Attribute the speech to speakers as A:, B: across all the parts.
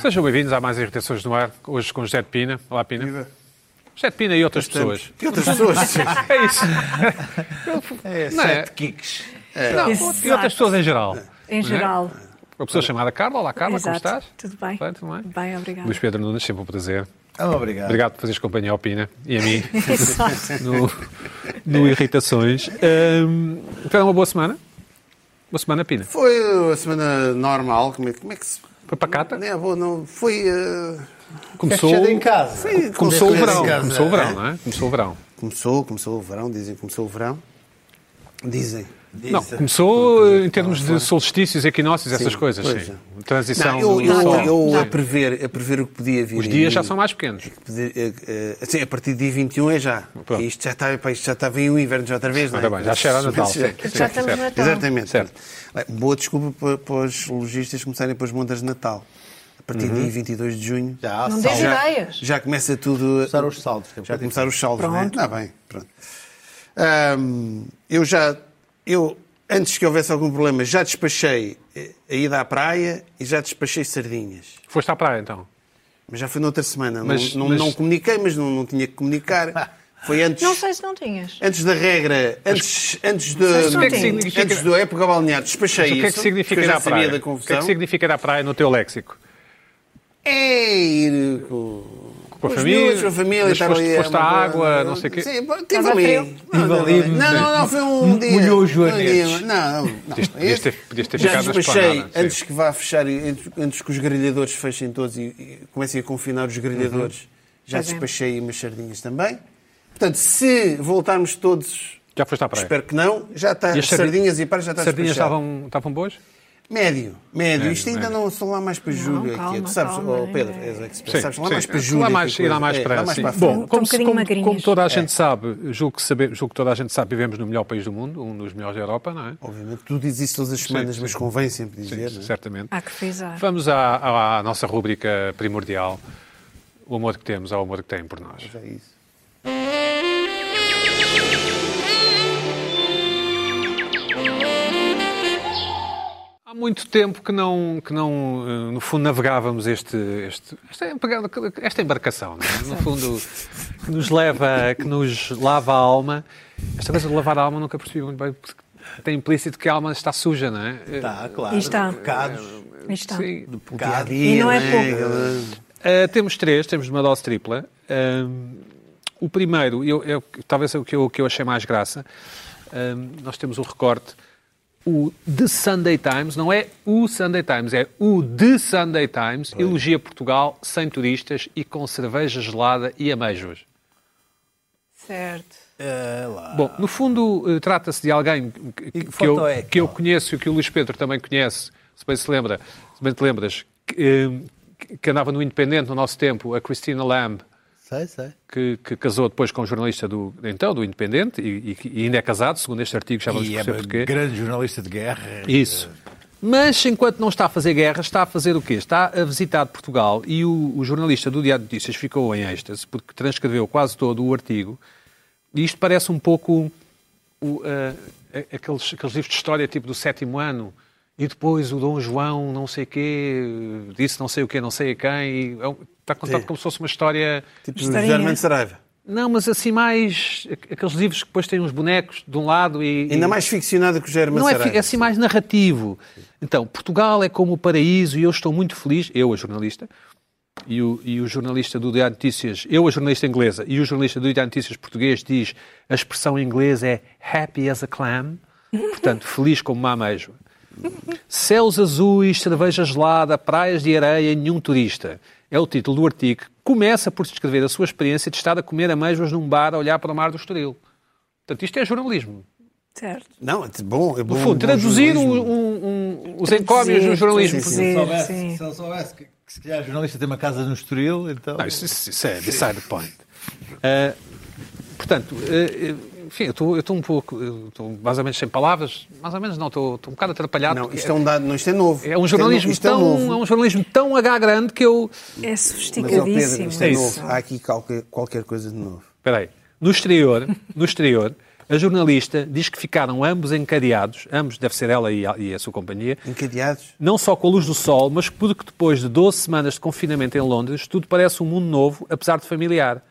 A: Sejam bem-vindos a mais Irritações no Ar, hoje com José de Pina. Olá, Pina. José de Pina e outras pessoas.
B: E outras pessoas?
A: É isso.
B: É,
A: Não é?
B: sete kicks.
C: É.
A: Não,
D: Exato.
A: e outras pessoas em geral.
D: Em geral.
A: Uma pessoa chamada Carla. Olá, Carla,
D: Exato.
A: é? Ah, como estás?
D: Tudo bem.
A: Bem, tudo bem?
D: Bem, obrigada.
A: Luís Pedro Nunes, sempre um prazer.
B: Ah, obrigado.
A: Obrigado por fazeres companhia ao Pina e a mim
D: É Exato.
A: no, no Irritações. Ahm, Tiveram uma boa semana? Boa semana, Pina.
C: Foi a semana normal, como é, como é que se.
A: Foi pacata?
C: Não é boa, não. Foi. eh,
A: Começou,
B: em casa.
C: foi-
A: começou o
C: começou-
A: verão.
B: em casa,
A: Começou o verão,
C: é?
A: não é? Começou o verão.
C: Começou, começou o verão, dizem que começou o verão. Dizem.
A: Não, começou eh, em termos de solstícios, equinócios, essas coisas,
C: Tá pois
A: sim.
C: é.
A: Transição
C: Não, eu,
A: do
C: eu,
A: sol.
C: eu
A: Sim.
C: a, prever, a prever o que podia vir.
A: Os dias
C: e-
A: já são mais pequenos.
C: poder- eh, eh, assim, a partir de dia 21 é já.
A: Pronto.
C: E Isto já está, pá, isto já está vem o inverno já outra vez, não é?
A: Ora tá bem, já cheira a Natal, sim.
C: Já-
A: Sim,
D: Já estamos no
A: certo.
D: Natal.
C: Exatamente.
A: Certo.
C: Bem, Boa desculpa para, para os lojistas começarem para as montas de Natal. A partir
A: Uhum.
C: de dia 22 de junho.
B: Já,
D: Não
B: sal-
D: dês
C: já,
D: ideias.
C: já começa tudo. a-
B: Começar os saldos, que é
C: Já
B: um
C: começar os saldos, não é?
D: Pronto.
C: Está bem, pronto. Ahm, eu já. Eu, antes que houvesse algum problema, já despachei eh, a ida à praia e já despachei sardinhas.
A: Foste à praia, então?
C: Mas já foi noutra semana.
A: Mas-
C: não, não-
A: mas-
C: não comuniquei, mas não, não tinha que comunicar. Foi antes.
D: Não sei se não tinhas.
C: Antes da regra, antes, antes, de,
D: Mas o que é que
A: significa-
C: antes da época balnear, despachei
A: Mas o que é
C: isso,
A: que significa
C: eu
A: ir
C: já
A: à
C: sabia
A: praia?
C: da
A: o
C: confusão.
A: que é que significa ir à praia no teu léxico?
C: É ir com,
A: Com a
C: os
A: família,
C: miúdos, com a família,
A: mas
C: estar
A: foste-
C: ali a-
A: foste à água, não sei o quê.
C: Sim, bom, tive
D: Estava
C: ali.
D: frio.
C: Não, não,
B: Tive ali,
C: Não, não, não, foi um dia.
B: molhou os
C: foi um dia, Não,
B: joanetes.
C: não. não.
A: Podias- podias ter- podias ter
C: já
A: ficado na
C: despachei,
A: esplanada, sim.
C: antes que vá fechar, e- antes, antes que os grelhadores fechem todos e, e comecem a confinar os
A: Uhum.
C: grelhadores, já
D: Pois é.
C: despachei umas sardinhas também. Portanto, se voltarmos todos,
A: Já foste à praia?
C: espero que não, já está,
A: E
C: as
A: as sardi-
C: sardinhas e para já está
A: Sardinhas
C: despachado.
A: estavam, estavam boas?
C: Médio, médio. Isto ainda
A: médio.
C: não são lá mais para julho aqui.
D: calma,
C: Tu sabes,
D: calma,
C: oh, Pedro,
D: ainda é.
C: és o expert, sabes, lá mais para
A: Sim,
C: julho.
A: Lá
C: é que
A: mais,
C: a
A: e lá
C: coisa-
A: mais
C: é,
A: para,
C: lá mais
A: sim.
C: para a frente. É.
A: Bom, como,
D: um
A: se-
D: bocadinho
A: como,
D: magrinhas.
A: como toda a gente sabe, julgo que, sabe, julgo que toda a gente sabe, vivemos no melhor país do mundo, um dos melhores da Europa, não é?
C: Obviamente, tu dizes isso todas as semanas, mas convém sempre dizer.
A: Sim,
C: não é?
A: certamente.
D: Há Ah, que frisar.
A: Vamos à, à- à nossa rúbrica primordial. O amor que temos ao amor que têm por nós.
C: Já é isso.
A: Há muito tempo que não, que não eh, no fundo, navegávamos este, este, esta, é empregada- esta embarcação, não é? no fundo, que nos leva, que nos lava a alma. Esta coisa de lavar a alma nunca percebi muito bem, porque tem implícito que a alma está suja, não é? Eh,
B: Está, claro.
D: Tá, E está.
B: Pecados.
D: Aí está.
A: Sim.
B: um Pecados.
D: E não é
C: né?
D: pouco.
A: Uh, temos três, temos uma dose tripla. Um, o primeiro, eu, eu- talvez é o que eu, que eu achei mais graça, um, nós temos o recorte, o The Sunday Times, não é o Sunday Times, é o The Sunday Times, elogia Portugal sem turistas e com cerveja gelada e ameijos.
D: Certo.
B: É lá.
A: Bom, no fundo, eh, trata-se de alguém que,
B: E
A: que
B: que
A: eu,
B: foto é
A: que eu
B: aquela?
A: conheço e que o Luís Pedro também conhece, se bem se lembra, se bem te lembras, que, eh, que andava no Independente no nosso tempo, a Christina Lamb,
B: Sei, sei.
A: que, que casou depois com um jornalista do, então, do Independente e, e que- e ainda é casado, segundo este artigo, já vamos
B: E é
A: perceber
B: uma
A: porquê.
B: grande jornalista de guerra.
A: Isso. Mas enquanto não está a fazer guerra, está a fazer o quê? Está a visitar Portugal e o, o jornalista do Diário de Notícias ficou em êxtase porque transcreveu quase todo o artigo. E isto parece um pouco o, ah, a- aqueles, aqueles livros de história tipo do sétimo ano. E depois o Dom João, não sei quê, disse não sei o quê, não sei a quem. E é um- está contado
C: Sim.
A: como se fosse uma história
C: Tipo
D: Estaria.
C: José Armando Saraiva.
A: não, mas assim mais aqu- aqueles livros que depois têm uns bonecos de um lado e
C: Ainda
A: e-
C: mais ficcionado que o José Armando
A: não é, fi-
C: Saraiva.
A: é assim mais narrativo. Então Portugal é como o paraíso e eu estou muito feliz. Eu a jornalista e o, e o jornalista do Diário de Notícias, eu a jornalista inglesa e o jornalista do Diário de Notícias português diz a expressão em inglês é happy as a clam, portanto feliz como uma ameijoa. Céus azuis, cerveja gelada, praias de areia, nenhum turista. É o título do artigo. que Começa por descrever a sua experiência de estar a comer amêijoas num bar a olhar para o mar do Estoril. Portanto, isto é jornalismo.
D: Certo.
C: Não, é bom. É bom
A: No fundo,
C: bom
A: traduzir um-
C: jornalismo.
A: um- um- os encómios do jornalismo.
D: Traduzir.
B: Se
D: Sim,
B: soubesse,
D: sim.
B: se ele soubesse que, que se calhar o jornalista tem uma casa no Estoril, então...
A: Não, isso, isso- isso é beside the point. Ah, portanto, eh, enfim, eu estou eu estou um pouco, eu estou mais ou menos sem palavras, mais ou menos não, estou estou um bocado atrapalhado.
C: Não,
A: porque
C: isto é um dado, não, isto é novo.
A: é um
C: Isto
A: jornalismo
C: no- isto é
A: tão,
C: novo.
A: é um jornalismo tão H grande que eu
D: É
C: Mas, ó,
D: sofisticadíssimo.
C: Pedro, isto é
A: isso.
C: novo. Há aqui qualquer, qualquer coisa de novo.
A: Espera aí. No exterior, no exterior A jornalista diz que ficaram ambos encadeados, ambos, deve ser ela e a, e a sua companhia,
C: Encadeados.
A: não só com a luz do sol, mas porque depois de 12 semanas de confinamento em Londres, tudo parece um mundo novo, apesar de familiar.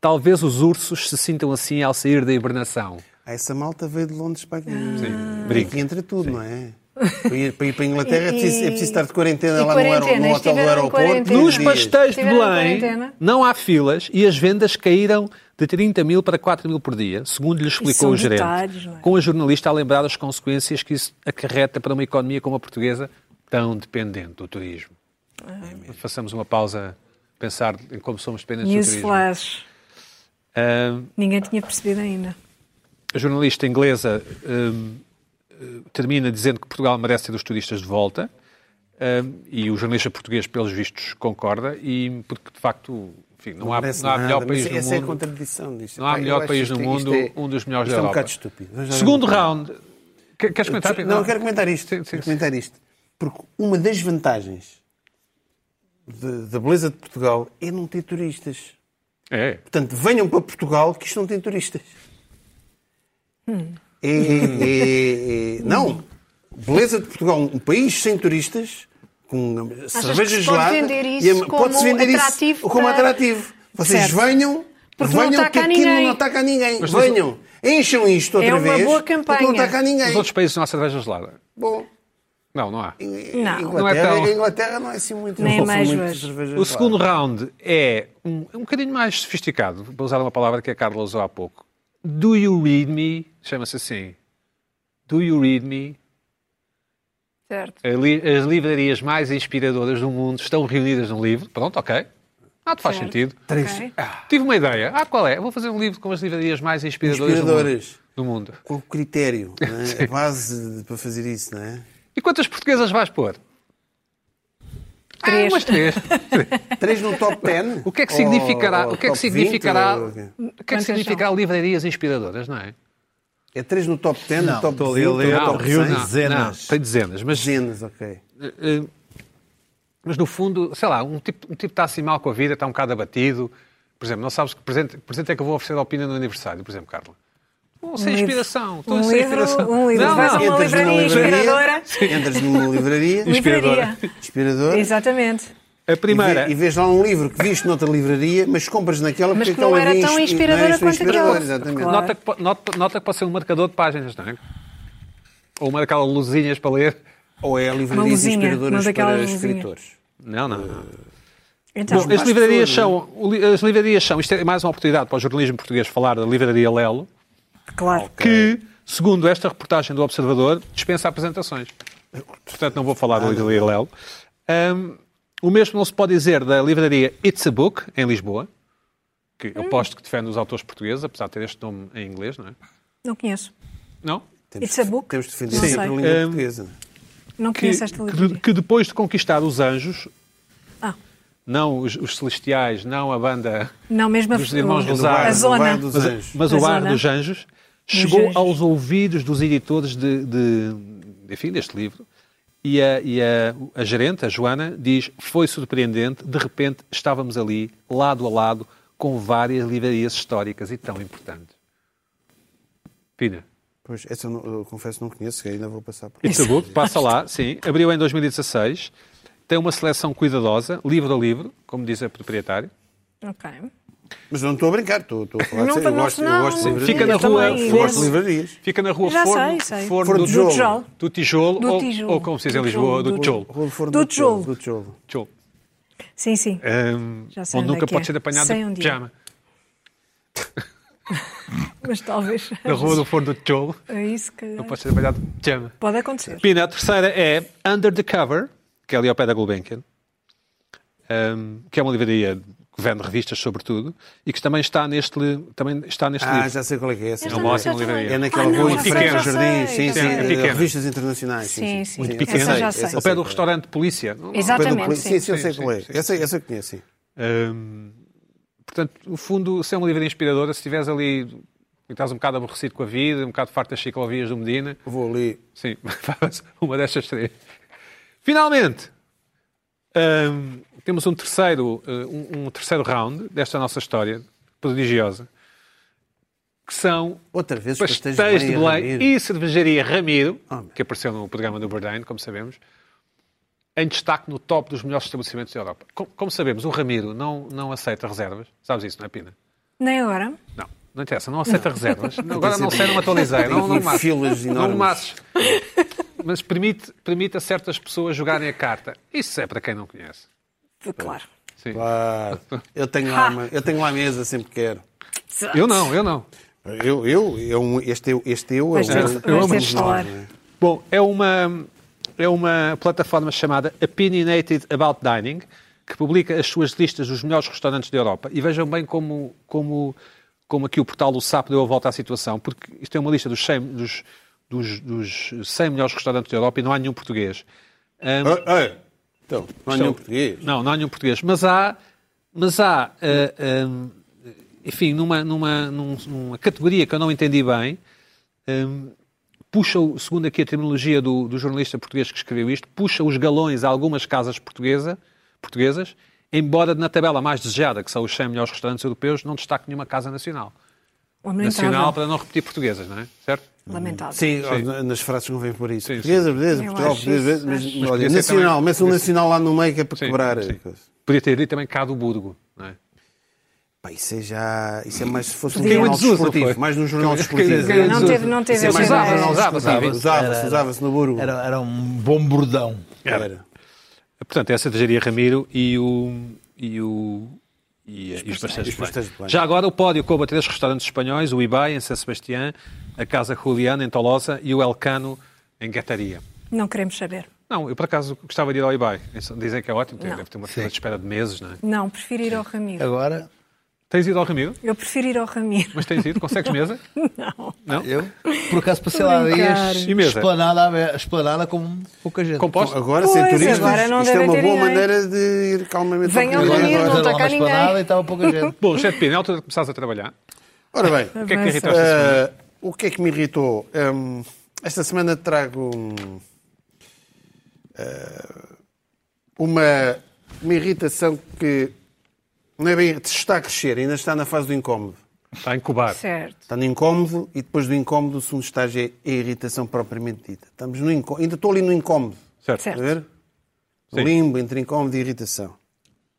A: Talvez os ursos se sintam assim ao sair da hibernação.
C: Ah, essa malta veio de Londres para aqui.
A: Ah. Sim,
C: Aqui
A: brinco.
C: entra tudo, não é? Para ir para, ir para a Inglaterra é preciso, é preciso estar de quarentena
D: E
C: lá no, aer-
D: quarentena,
C: no hotel do
D: estiveram em
C: aeroporto.
D: quarentena.
A: Nos
C: uns dias.
A: pastéis de
D: Estiveram em
A: Belém
D: quarentena?
A: não há filas e as vendas caíram de 30 mil para 4 mil por dia, segundo lhe explicou
D: são
A: o gerente.
D: detalhes, não é?
A: Com a jornalista a lembrar as consequências que isso acarreta para uma economia como a portuguesa, tão dependente do turismo.
D: Ah.
A: Façamos uma pausa, pensar em como somos dependentes do turismo.
D: Newsflash.
A: Ah,
D: Ninguém tinha percebido ainda.
A: a jornalista inglesa hum, eh, termina dizendo que Portugal merece ter os turistas de volta hum, e o jornalista português, pelos vistos, concorda, e porque de facto enfim, não, há,
C: parece
A: não há
C: nada,
A: melhor
C: mas
A: país no
C: essa é a
A: mundo.
C: contradição disto.
A: Não há
C: Pá, eu
A: melhor
C: acho
A: país
C: isto-
A: no
C: isto
A: mundo,
C: é-
A: um dos melhores
C: isto
A: da
C: é um
A: Europa.
C: bocado estúpido. Vamos lá-
A: Segundo round. Que- Queres comentar? Pedro?
C: Não, eu quero comentar isto.
A: Sim, sim,
C: Quero
A: sim.
C: comentar isto. Porque uma das vantagens de- da beleza de Portugal é não ter turistas.
A: É.
C: Portanto, venham para Portugal que isto não tem turistas. É- é- é- não. Beleza de Portugal, um país sem turistas, com
D: que
C: cerveja
D: se pode
C: gelada.
D: vender
C: e
D: isso
C: a- pode-se
D: como
C: vender
D: atrativo
C: isso como
D: para-
C: atrativo. Vocês
D: Certo.
C: venham,
D: Porque não
C: venham
D: está
C: que
D: cá
C: aquilo
D: ninguém.
C: não está cá ninguém.
A: Mas nós-
C: venham, encham isto outra
D: É uma
C: vez.
D: boa
C: porque
D: campanha.
C: Não está cá
A: Os
C: ninguém.
A: outros países não há cerveja gelada.
C: Bom,
A: Não, não há.
C: Inglaterra,
A: Não é tão-
C: a Inglaterra não é assim muito.
D: Nem
C: não são
D: mais
C: muito
D: hoje.
C: cervejas
A: O
C: lá.
A: segundo round é um, um bocadinho mais sofisticado. Vou usar uma palavra que a Carla usou há pouco. Do you read me? Chama-se assim. Do you read me?
D: Certo.
A: A li- As livrarias mais inspiradoras do mundo estão reunidas num livro. Pronto, ok. Ah, te faz
D: Certo.
A: sentido.
D: Ok.
A: Tive uma ideia. Ah, qual é? Eu Vou fazer um livro com as livrarias mais inspiradoras, do mundo-
C: Inspiradoras.
A: do mundo.
C: Qual o critério? não é? A base de- para fazer isso, não é?
A: E quantas portuguesas vais pôr?
D: Três.
A: Ah, umas três.
C: Três no top 10?
A: O que é que significará,
B: Oh,
C: Ou-
A: o que é
C: ou
A: que
C: Oh, top 20,
A: significará,
C: ou-
A: o que é que
D: Quantas
A: significará livrarias inspiradoras, não é?
C: É três no top 10, no
B: Não,
C: top
B: estou
C: 20,
B: ali a ler,
C: no
B: não,
C: top
B: reúne
C: 100?
B: dezenas.
A: tem dezenas, mas,
C: Dezenas, ok.
A: eh, eh, mas no fundo, sei lá, um tipo, um tipo está assim mal com a vida, está um bocado abatido. Por exemplo, não sabes que presente, que presente é que eu vou oferecer ao Pina no aniversário, por exemplo, Carla. Oh, sem
D: livro.
A: inspiração. Estou
D: Um
A: sem
D: livro,
A: inspiração.
D: um livro.
A: Não,
D: Vais a
A: não.
D: uma
C: Entras numa
D: livraria inspiradora.
C: Entras numa livraria
D: Livraria.
C: inspiradora e
D: Exatamente.
A: A primeira.
C: vê- e vês lá um livro que viste noutra livraria, mas compras naquela
D: Mas
C: porque
D: que não
C: aquela
D: era
C: ali
D: tão
C: insti-
D: inspiradora
C: não é tão
D: quanto aquela.
C: inspiradora, exatamente.
D: Claro.
A: Nota, que, po- nota, nota que pode ser um marcador de páginas, não é? Ou uma daquelas luzinhas para ler.
C: Ou é livrarias
D: luzinha, uma
C: inspiradoras
D: daquelas
C: para
D: luzinhas.
C: escritores.
A: Não, não. não.
D: Então,
A: Bom, é as livrarias são, o li- as livrarias são, isto é mais uma oportunidade para o jornalismo português falar da livraria Lelo,
D: claro.
A: que, segundo esta reportagem do Observador, dispensa apresentações. Portanto, não vou falar
D: Ah,
A: da livraria Lelo. Ahm, o mesmo não se pode dizer da livraria It's a Book, em Lisboa, que
D: Hum.
A: eu aposto que defende os autores portugueses, apesar de ter este nome em inglês, não é?
D: Não conheço.
A: Não?
D: It's a book?
C: Temos de defender
D: Não
C: sempre a
D: sei.
C: língua
A: Hum.
C: portuguesa.
D: Não
A: Que,
D: conheço esta
A: que-
D: livraria.
A: que depois de conquistar os anjos,
D: Ah,
A: não os, os celestiais, não a banda
D: não, mesmo a,
A: Dos irmãos
D: o-
A: Rosário.
D: a zona.
C: Rosário dos-
A: Mas, é-
C: Anjos.
A: mas
D: Na
A: o Bar
D: zona.
A: dos Anjos chegou
D: Anjos.
A: aos ouvidos dos editores de, de- enfim, deste livro. E, a, e a- a gerente, a Joana, diz: Foi surpreendente, de repente estávamos ali, lado a lado, com várias livrarias históricas e tão importantes. Pina.
C: Pois, essa eu, não- eu confesso não conheço, que ainda vou passar por
A: It's a book, passa lá, sim. Abriu em 2016. Tem uma seleção cuidadosa, livro a livro, como diz a proprietária.
D: Ok.
C: Mas não estou a brincar, estou, estou a falar
D: Não,
C: sério. Eu
D: não,
C: gosto, eu
D: não,
C: gosto de
D: não.
C: livrarias.
A: Fica na
D: Eu
A: rua,
D: também,
C: Eu gosto de
D: imenso.
C: livrarias.
A: Fica na rua
D: Já
A: Forno,
D: sei, sei.
A: Forno do,
C: Forno do Tijolo.
D: tijolo.
A: do tijolo,
D: Do
A: ou-
D: tijolo.
A: ou, como se diz em
D: Do
A: Lisboa, do
D: tijolo, do-
A: tijolo.
C: Rua do Forno
D: Do
C: do Tijolo.
D: Tijolo.
C: Do Tijolo.
A: Tijolo.
D: Sim, sim.
C: É.
A: Hum,
D: Já sei
A: onde
D: onde é
A: nunca
D: que
A: pode
D: é.
A: ser apanhado
D: Sei
A: de
D: onde é.
A: pijama.
D: Mas talvez.
A: Na rua do Forno do Tijolo,
D: É isso que.
A: não pode ser apanhado de pijama.
D: Pode acontecer.
A: Pina, a terceira é Under the Cover, que é ali ao pé da Gulbenkian, hum, que é uma livraria que vende revistas, sobretudo, e que também está neste, li- também está neste
C: Ah,
A: livro.
C: já sei qual é que é essa.
A: É uma
D: não,
A: ótima
D: já sei.
A: livraria.
C: É naquela
D: Ah, não,
C: rua
D: já
C: em
A: sei,
C: frente
A: já
C: ao jardim,
D: sei,
C: sim,
D: já
C: sim,
D: sei.
C: de
A: Pequena.
C: revistas internacionais. Sim,
D: Sim,
C: sim.
D: sim.
C: sim.
D: Muito
C: Essa
A: Pequena,
D: já
C: eu
D: sei.
C: essa
A: ao pé
C: eu
A: do
C: sei.
A: restaurante de polícia. Não-
C: Ao pé do
D: Exatamente,
C: Coliseu. Sim,
D: sim.
C: sim, eu sei
A: Sim,
C: qual é.
A: sim, sim.
C: Essa essa eu conheço, sim.
A: Hum, portanto, no fundo, ser uma livraria inspiradora, se estiveres ali e estás um bocado aborrecido com a vida, um bocado farto das ciclovias do Medina,
C: Vou ali.
A: sim, faz uma destas três. Finalmente, hum, temos um terceiro, uh, um, um terceiro round desta nossa história prodigiosa, que são
C: Outra vez os
A: pastéis,
C: pastéis de
A: de
C: Belém e
A: Belém
C: Ramiro.
A: e cervejaria Ramiro,
C: Ah, meu.
A: que apareceu no programa do Bourdain, como sabemos, em destaque no top dos melhores estabelecimentos da Europa. Co- Como, sabemos, o Ramiro não, não aceita reservas. Sabes isso, não é, Pina?
D: Tipo, Nem agora.
A: Não, não interessa. Não aceita reservas. Não, Agora não sei, não atualizei.
C: Tem
A: Não, não
C: aqui
A: mates.
C: filas
A: Não
C: enormes.
A: mates. Mas permite, permite a certas pessoas jogarem a carta. Isso é para quem não conhece.
D: Claro.
A: Sim.
C: Claro. Eu tenho lá, uma- eu tenho lá a mesa, sempre quero.
A: Eu não, eu não.
C: Eu, eu, eu este eu, este eu é
D: Vais ter,
C: um-
A: eu
D: vais
A: amo
D: ter
A: os
D: de falar.
A: Bom, é uma, é uma plataforma chamada Opinionated About Dining, que publica as suas listas dos melhores restaurantes da Europa. E vejam bem como, como, como aqui o portal do SAP deu a volta à situação, porque isto é uma lista dos 100, dos, dos, dos 100 melhores restaurantes da Europa e não há nenhum português. Hum, Ahm,
C: Ah, ah, Então, não há nenhum português.
A: não, não há nenhum português. Mas há, mas há ah, ah, enfim, numa, numa, num- numa categoria que eu não entendi bem, hum, puxa, o- segundo aqui a terminologia do, do jornalista português que escreveu isto, puxa os galões a algumas casas portuguesa, portuguesas, embora na tabela mais desejada, que são os 100 melhores restaurantes europeus, não destaque nenhuma casa nacional. Nacional
D: Lamentável.
A: para não repetir portuguesas, não é? Certo?
D: Lamentável.
C: Sim, ó, nas frases convém pôr isso.
A: Sim,
C: Portuguesa, beleza,
D: Eu
C: Portugal,
D: acho
C: portuguesa,
D: isso,
C: mas,
D: acho.
C: mas olha,
A: podia ser
C: nacional,
A: também-
C: mete um nacional lá no meio que é para
A: Sim,
C: quebrar.
A: sim.
C: a coisa.
A: Podia ter dito também cá do Burgo, não é?
C: Pá, isso é já. Isso é mais se fosse um
D: Caiu em
C: jornal
A: desuso, não
C: desportivo.
A: foi?
C: Mais num jornal
A: Caiu- caiu em
C: desportivo.
A: desuso.
D: Não teve- não teve
C: Isso é mais
D: essa
C: num
D: ideia.
C: jornal
A: Usava-se,
C: desportivo. Usava-se,
B: era-
C: usava-se no Buru.
B: Era, era um bom bordão.
C: Era.
A: Portanto, é a cervejaria Ramiro e o. E o e, e os pastéis de
C: Os pastéis de
A: Belém.
C: Belém.
A: Já agora o pódio coube a três restaurantes espanhóis, o Ibai em São Sebastião, a Casa Juliana em Tolosa e o Elcano em Guetaria.
D: Não queremos saber.
A: Não, eu por acaso gostava de ir ao Ibai. Dizem que é ótimo, tem,
D: Não.
A: deve ter uma fila de espera de meses, não é?
D: Não, prefiro ir ao
C: É.
D: Ramiro.
B: Agora,
A: Tens ido ao Ramiro?
D: Eu prefiro ir ao Ramiro.
A: Mas tens ido? Consegues mesa?
D: Não.
A: Não?
B: eu, por acaso, passei
D: Tô
B: lá
D: brincar.
B: dias
A: E mesa?
B: esplanada, aberta- esplanada com pouca gente.
A: Composto?
C: Agora,
D: Pois,
C: sem turistas,
D: agora não
C: isto é
D: devem
C: uma
D: ter
C: boa
D: ninguém.
C: maneira de ir calmamente
D: Venham
C: Portugal.
D: reunir,
B: Agora
D: não
B: era
D: tá
B: lá
D: cá
B: uma esplanada
D: ninguém.
B: E estava pouca gente.
A: Bom, chefe Pina, é a altura de começares a trabalhar.
C: Ora bem,
A: O que é que
D: Avança.
A: irritou esta semana?
C: ah, o que é que me irritou? Hum, esta semana trago hum, ah, uma, uma irritação que não é bem. se Está a crescer, ainda está na fase do incómodo.
A: Está a incubar.
D: eh, Certo.
C: Está no incómodo e depois do incómodo o segundo estágio é a irritação propriamente dita. Estamos no incó- Ainda estou ali no incómodo.
A: Certo.
C: Está
D: Certo.
C: a ver?
A: Sim.
C: Limbo entre incómodo e irritação.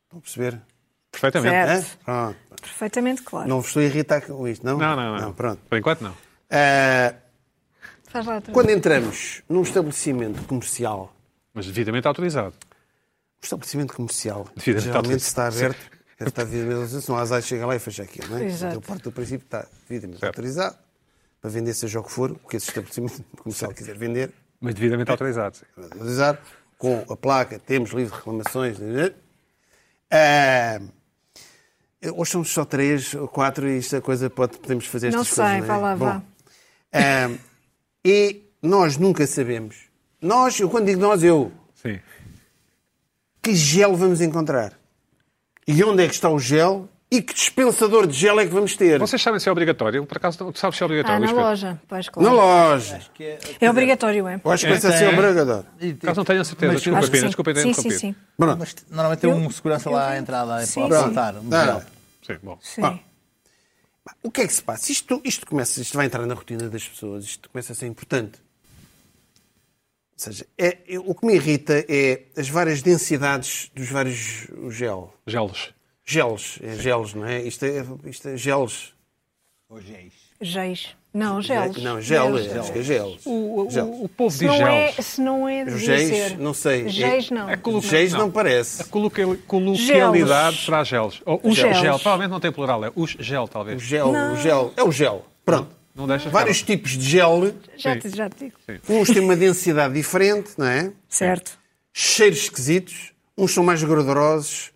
C: Estão a perceber?
A: Perfeitamente.
D: Certo.
C: Hã? Pronto.
D: Perfeitamente claro.
C: Não vos estou a irritar com isto, não?
A: Não, não, não.
C: pronto.
A: Por enquanto, não.
C: Ah,
D: Faz lá outra
C: Quando é entramos num estabelecimento comercial,
A: Mas devidamente autorizado.
C: um estabelecimento comercial,
A: Devidamente
C: geralmente
A: autorizado.
C: se está aberto, deve estar devidamente autorizado, senão a Azai um chega lá e fecha aquilo, não é?
D: Exato.
C: Então, parte do princípio que está devidamente
A: Certo.
C: autorizado para vender seja o que for, o que esse estabelecimento comercial quiser vender,
A: Mas devidamente autorizado. sim.
C: autorizado, com a placa, temos livre de reclamações, né? Ah, hoje somos só três ou quatro e esta coisa pode, podemos fazer
D: Não
C: estas
D: sei,
C: coisas, é?
D: vá lá,
C: Bom,
D: vá.
C: ah, e nós nunca sabemos. Nós, eu quando digo nós, eu,
A: Sim.
C: que gel vamos encontrar? E onde é que está o gel? E que dispensador de gel é que vamos ter?
A: Vocês sabem se é obrigatório? Por acaso, não- tu sabes se é
D: Ah,
A: obrigatório?
D: na
A: Luís Pedro?
D: loja. Pois,
C: Na
D: claro.
C: loja.
D: É obrigatório, é?
C: Eu acho que
A: É,
C: essa é a
B: tem.
C: obrigador.
A: Por acaso, não tenho a certeza.
B: Mas-
A: desculpa,
D: Acho que
A: Pina,
D: sim.
A: desculpa ter
D: Sim, sim,
A: interrompido.
D: sim.
C: Pronto.
B: Mas normalmente tem
D: Eu-
B: um segurança lá à
D: eu-
B: entrada é
D: Sim,
B: para
D: sim.
B: apontar. um
C: Não,
B: sinal.
C: não.
A: Sim, bom.
D: Sim.
C: Bom. O que é que se passa? Isto, isto, começa, isto vai entrar na rotina das pessoas, isto começa a ser importante. Ou seja, é- é- o que me irrita é as várias densidades dos vários o gel.
A: Gelos.
C: Gelos, é gelos, não é? Isto é, isto é gelos.
B: Hoje é isto.
D: Geis. Não, gelos.
C: Não, gel,
D: Gelos.
C: acho que é gelos.
A: O,
C: Gelos.
A: povo
D: Se
A: diz
D: não é,
A: gelos.
D: se não é, devia
C: Geis,
D: ser.
C: não sei.
D: Geis, não.
A: É colo-
C: Geis não
A: não.
C: parece.
A: Coloquial- Coloquialidade
D: Gelos.
A: será gelos. Ou os
D: Gelos.
A: gel. Provavelmente não tem plural. É os gel,
C: O
A: talvez.
C: gel, o gel. É o gel. Pronto.
A: Não deixas
C: Vários tipos de gel.
D: Já
A: Sim.
D: te, já te digo.
C: Uns têm uma densidade diferente, não é?
D: Certo.
C: Cheiros esquisitos. Uns são mais gordurosos.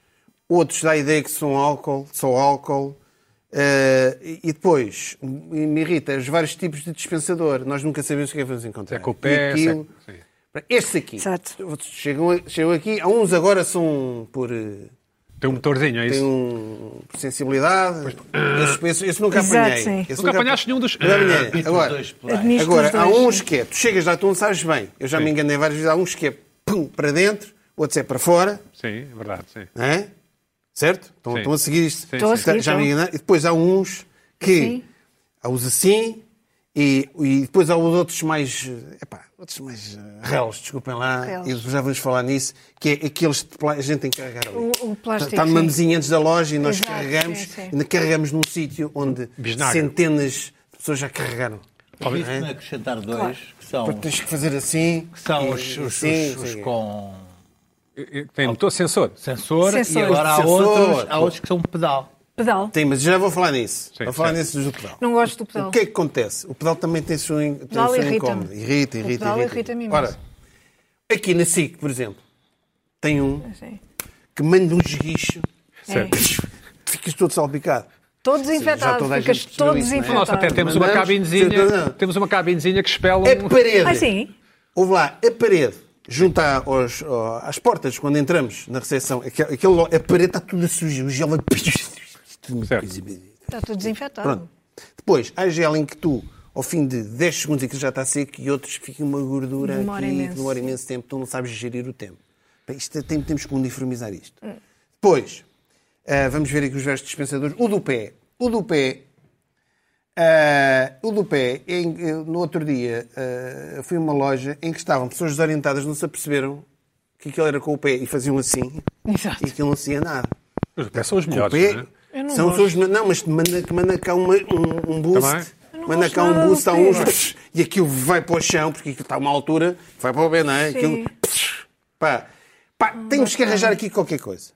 C: Outros dá a ideia que são álcool. Só álcool. Eh, e e depois, me me irrita, os vários tipos de dispensador. Nós nunca sabemos o que é que vamos encontrar.
A: É com o pé,
C: E aquilo.
A: se é- sim.
C: Este aqui.
D: Exato.
C: Outros Chegam, a- chegam aqui. Há uns agora são por... eh,
A: Tem um motorzinho, é
C: tem
A: isso?
C: um por sensibilidade. Esse, esse- esse nunca
D: Exato,
C: apanhei.
D: sim.
C: Esse
A: Nunca apanhaste nenhum dos... Ah,
C: Nunca apanhei. Agora,
B: Dois polares.
D: Administro os
C: agora há
D: dois.
C: uns que é, tu chegas lá, tu não sabes bem. Eu já me enganei várias vezes. Há uns que é pum, para dentro, outros é para fora,
A: Sim, é verdade, sim.
C: não é? Certo? Estão,
A: Sim.
C: estão a seguir isto.
A: Estou
D: a seguir,
C: Já me
D: estou.
C: enganei. E depois há uns que
D: Sim.
C: Há os assim e, e depois há os outros mais. eh, Epá, outros mais eh, réus, desculpem lá,
D: Réus.
C: e já vamos falar nisso, que é aqueles que a gente tem que carregar ali.
D: O- o plástico,
C: Está numa
D: sim.
C: mesinha antes da loja e nós
D: Exato,
C: carregamos,
D: sim, sim.
C: ainda carregamos num sítio onde
A: Bisnaga.
C: centenas de pessoas já carregaram.
B: Talvez
C: Não é?
B: me acrescentar dois,
D: Claro.
B: que são,
C: Porque tens que fazer assim.
B: que são
C: e-
B: os, os-
C: sim,
B: os- os
C: sim.
B: com
A: Tem motor sensor.
B: sensor,
D: Sensor.
B: e agora há
C: Sensor.
B: outros, há outros que são um pedal.
D: Pedal.
C: Tem, mas já vou falar nisso.
A: Sim,
C: vou falar
A: certo.
C: nisso do pedal.
D: Não gosto do pedal.
C: O que é que acontece? O pedal também tem o seu, in- tem o
D: pedal
C: seu
D: irrita-me.
C: incómodo. Irrita,
D: O
C: irrita,
D: pedal
C: irrita.
D: irrita-me imenso.
C: Ora, aqui na SIC, por exemplo, tem um
D: Sim.
C: que manda um esguicho,
A: Certo.
C: ficas todo salpicado.
D: Todos
C: já
D: infectados,
C: toda a
D: ficas
C: gente percebeu
D: todo
C: isso, não é?
A: Nós até
D: desinfetado.
A: temos uma
C: Mandamos-
A: cabinezinha,
C: Cidadão.
A: temos uma cabinezinha que espela
C: A
A: um...
C: parede.
D: Ah, sim?
C: Houve lá, a parede, junto à- aos- ó, às portas, quando entramos na recepção, aquele, aquele lo- a parede está toda suja, o gel vai...
A: Certo.
D: Está tudo desinfetado.
C: Pronto. Depois, há gel em que tu, ao fim de 10 segundos, aquilo já está seco e outros fica uma gordura
D: Demora
C: aqui
D: imenso.
C: que demora imenso tempo, tu não sabes gerir o tempo. Bem, isto é, tem- temos que uniformizar isto. Depois, ah, vamos ver aqui os vários dispensadores. O do pé. O do pé. ah, o do pé, em- eu, no outro dia, ah, fui a uma loja em que estavam pessoas desorientadas, não se aperceberam que aquilo era com o pé e faziam assim
D: Exato.
C: e aquilo não se ia nada.
A: Os pés são os
C: O
A: melhores,
C: P
A: não é?
D: Eu não
C: são
D: gosto.
C: pessoas. Não, mas manda, manda cá uma- um, um boost.
A: Também?
D: Eu não
C: Manda
D: gosto
C: cá um
D: nada
C: boost
D: do
C: a
D: pé.
C: uns. E aquilo vai para o chão, porque aquilo está a uma altura. Vai para o pé, não é?
D: Sim.
C: Aquilo. Pá, pá temos que arranjar aqui qualquer coisa.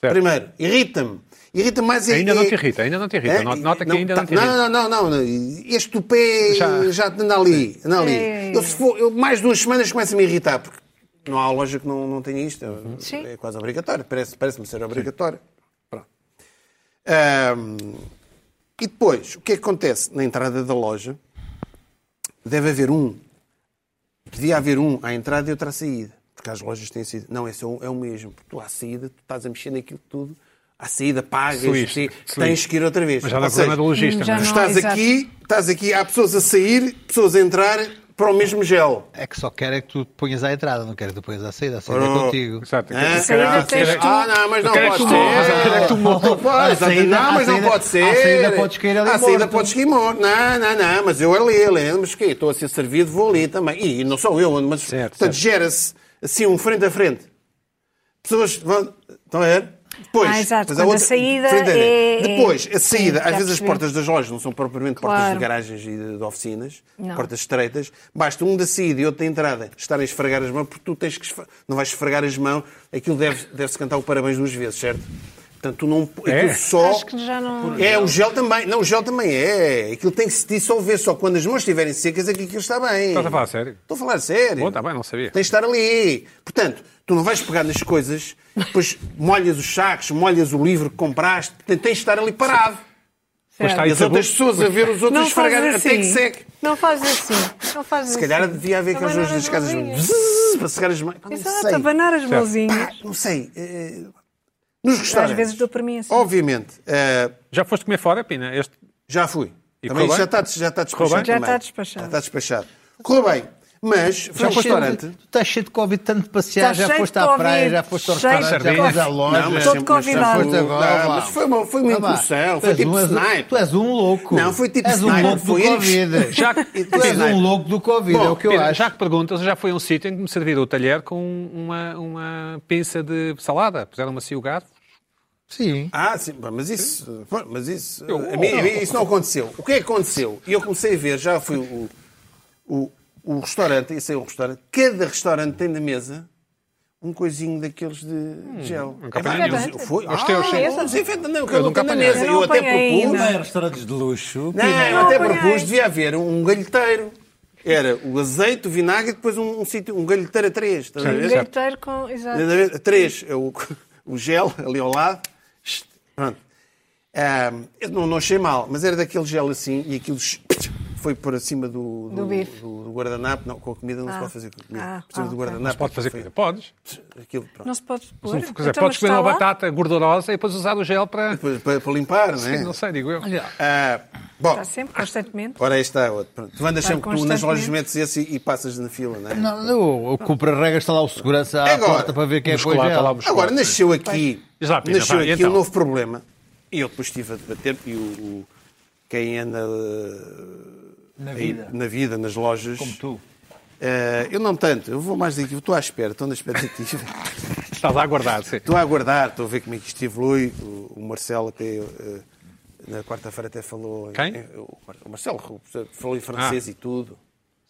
A: Certo.
C: Primeiro, irrita-me. Irrita mais é-
A: Ainda
C: é-
A: não te irrita, ainda não te irrita.
C: é,
A: Nota- Nota que
C: não,
A: ainda
C: tá-
A: não te irrita.
C: Não, não, não, não. Este do pé
A: Já-
C: já, anda ali. Anda ali.
D: É.
C: Eu, se for, eu, mais duas semanas começa a me irritar, porque não há loja que não, não tenha isto.
A: Uhum.
D: Sim.
C: É quase obrigatório. Parece- Parece-me ser obrigatório. Pronto. Ahm, e depois, o que é que acontece? Na entrada da loja, deve haver um. Devia haver um à entrada e outro à saída. Porque as lojas têm saída. Não, é, só, um- é o mesmo. Porque tu à saída, tu estás a mexer naquilo tudo. À saída, pagas,
A: Suíço,
C: sim,
A: suíço.
C: tens que ir outra vez.
A: Mas já dá
C: Ou seja,
A: problema do logista,
D: já
A: não é?
C: tu
D: não.
C: estás
D: exato.
C: aqui, estás aqui, há pessoas a sair, pessoas a entrar para o mesmo gel.
B: É que só quer é que tu te ponhas à entrada, não quer que tu ponhas à saída, a saída é
C: Ora,
B: contigo.
A: Exato.
C: Ah,
D: saída
C: caralho,
D: tens tu.
C: ah, não, mas não
A: Quero que
C: pode
A: tu morras,
C: ser.
A: eu quero que tu morras.
C: Não pode,
B: À saída-
C: não, mas
B: à
C: não
B: saída-
C: pode ser.
B: à saída podes cair ali
C: À saída
B: morto.
C: podes cair morto. Não, não, não, mas eu ali, ali, mas que estou a ser servido, vou ali também. E não sou eu, mas
A: Certo,
C: portanto
A: certo.
C: gera-se assim um frente a frente. Pessoas vão. Estão a ver? Depois,
D: Ah, exato,
C: mas
D: quando a saída
C: frente frente.
D: é- é-
C: Depois, a saída, às
D: Sim, já
C: vezes as
D: percebi.
C: portas das lojas não são propriamente portas
D: Claro.
C: de garagens e de de oficinas,
D: Não.
C: portas estreitas. Basta um da saída e outro da entrada estarem a esfregar as mãos, porque tu tens que esfre- não vais esfregar as mãos, aquilo deve- deve-se cantar o parabéns duas vezes, certo? Portanto, tu não.
A: É?
C: aquilo só.
D: Acho que já não-
C: É, o gel também. Não, o gel também é. Aquilo tem que se dissolver, só quando as mãos estiverem secas é que aquilo está bem.
A: Estás a falar sério?
C: Estou a falar sério.
A: Bom, tá bem, não sabia.
C: Tens de estar ali. Portanto, tu não vais pegar nas coisas, depois molhas os sacos, molhas o livro que compraste, portanto, tens de estar ali parado.
A: Pois está
D: Certo.
A: aí.
C: E as outras
A: sabor.
C: pessoas a ver os outros
D: Não
C: esfregar
D: fazes
C: até que
D: assim.
C: seque.
D: Não fazes assim. Não fazes
C: Se
D: assim.
C: calhar devia haver aquelas
D: Abanar
C: lojas das
D: as
C: casas
D: mãozinhas.
C: Zzz, para secar as mãos. Pá, Não
D: Exato,
C: sei.
D: abanar as
C: Pá,
D: mãozinhas.
C: não sei. Eh, Nos
D: Às
C: restaurantes.
D: vezes dou para mim assim.
C: Obviamente. eh,
A: Já foste comer fora, Pina? Este...
C: Já fui.
A: E
C: Também
A: correu
C: já
A: bem?
C: está, já está
A: Correu
C: despachado.
A: bem?
D: Já
C: também.
D: está despachado.
C: Já está despachado. Correu bem. Mas foi
B: Já
C: um
B: foste
C: restaurante.
B: Tu estás cheio de Covid, tanto passear,
D: Estás
B: já
D: cheio
B: foste
D: de
B: à
D: Covid,
B: praia, já foste ao
D: cheio de
B: restaurante, já foste à
D: Covid.
B: loja.
C: é
D: mas Todo sempre- convidado.
C: Mas,
B: Foste agora,
C: não,
B: vá.
C: mas foi uma, foi uma
B: Ah, vá.
C: incursão.
B: Tu
C: Foi
B: és
C: tipo
B: um-
C: snipe.
B: Tu és um louco.
C: Não, foi tipo
B: És um
C: sniper,
B: louco do
C: foi
B: Covid.
A: Já que-
B: Tu és um louco do Covid, é o que eu
A: Pina,
B: acho.
A: já que perguntas, eu já foi a um sítio em que me serviram o talher com uma, uma pinça de salada. Puseram-me assim o gato.
B: Sim.
C: Ah, sim, pá, mas isso, pá, mas isso,
A: Eu-
C: a mim, a mim isso não aconteceu. O que é que aconteceu? E eu comecei a ver, já fui o, o, o restaurante, isso é um restaurante, cada restaurante tem na mesa um coisinho daqueles de gel.
A: nunca
C: É pá,
A: apanhei
C: mas eu
D: nenhum.
C: fui,
A: Os
C: ah,
A: teus, sim.
C: não, desinfeta, não, que eu
A: Eu nunca
C: nunca na
A: apanhei.
C: mesa,
D: Eu não
C: eu até
D: apanhei
C: propus,
D: ainda.
B: Não é restaurantes de luxo.
C: não,
B: Pina.
C: eu até
D: apanhei.
C: propus, devia haver um galheteiro. Era o azeite, o vinagre e depois um, um sítio, um galheteiro a três. Estás a
A: Sim.
C: ver?
D: Um gaiteiro com.
C: Estás
D: Exato.
C: a ver? Três, é o, o gel ali ao lado. Pronto. Ah, eu não, não achei mal, mas era daquele gel assim e aquilo foi por acima do,
D: Do bife.
C: do- do guardanapo. Não, com a comida não se pode fazer com a comida.
D: Ah,
C: por cima
D: ah,
C: do
D: ok.
C: guardanapo.
A: Mas pode fazer
C: foi-
A: comida. Podes.
C: Aquilo, pronto.
D: Não se pode pôr.
A: Se não for cozer,
D: Então,
A: podes
D: mas
A: comer
D: está
A: uma
D: lá?
A: batata gordurosa e depois usar o gel para...
C: Depois, Para, para limpar, não é?
A: Não sei, digo eu.
B: Olha,
C: Ah, bom,
D: Está sempre, constantemente.
C: ora aí está outro. Pronto. Tu andas
D: Tá Vai
C: sempre, tu nas lojas
D: constantemente.
C: metes esse e, e passas na fila, não é?
B: Não, não, o cumpra-regras está lá o segurança à
C: Agora,
B: porta para ver quem é que foi
A: muscular, está lá o
B: gel.
A: muscular.
C: Agora, nasceu aqui,
A: Diz lá, Pina,
C: nasceu
A: vai,
C: aqui
A: então.
C: um novo problema. E eu depois estive a debater e o, o, quem anda eh,
B: Na
C: em-
B: vida.
C: na vida, nas lojas.
B: Como tu.
C: Eh, eu não tanto, eu vou mais daqui, estou à espera, estou na expectativa.
A: Estás a aguardar, sim.
C: estou a aguardar, estou a ver como é que isto evolui. O, o Marcelo até eh, na quarta-feira até falou. em-
A: Quem?
C: em- o, Mar- o Marcelo Rubens, falou em
B: Ah.
C: francês e tudo.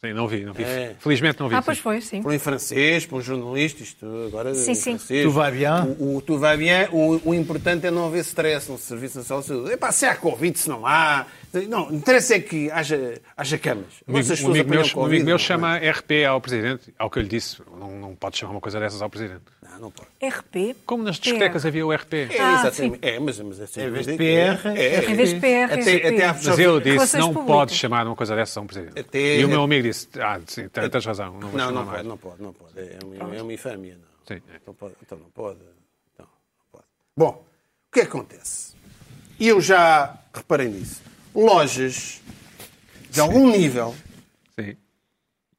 A: Sim, não vi, não vi.
C: É.
A: Felizmente não vi.
D: Ah,
A: sim.
D: pois foi, sim.
C: Falou em francês, para um jornalista, isto agora é
D: Sim,
C: em
D: sim.
C: francês.
B: Tu vai bien?
C: O, o tu vai bien, o, o importante é não haver stress no Serviço Nacional de Saúde. Epá, se há Covid, se não há. Não, o interesse é que haja, haja camas.
A: Um amigo,
C: Vocês
A: um
C: todos
A: amigo meu,
C: apanham
A: um amigo meu
C: não é?
A: chama RP ao Presidente, ao que eu lhe disse, não, não pode chamar uma coisa dessas ao Presidente.
C: Não, não pode.
D: RP.
A: Como nas discotecas havia o RP.
C: É,
D: Ah,
C: exatamente. É, mas, mas é sempre.
B: vez de
C: é-
B: PR,
C: é, é,
D: Em vez de PR,
C: Até,
D: RP.
C: até há
A: Mas eu disse,
D: Relações
A: não
D: públicas.
A: pode chamar uma coisa dessas a um Presidente.
C: Até-
A: E o meu amigo disse, ah, sim, tens tens razão, não vou
C: Não,
A: chamar
C: não
A: mais.
C: pode, não pode, não pode. É uma, é uma infâmia, não.
A: Sim, é.
C: Então, pode, então não pode. Então, não pode. Bom, o que é que acontece? E eu já reparei nisso. Lojas de algum nível,
A: Sim,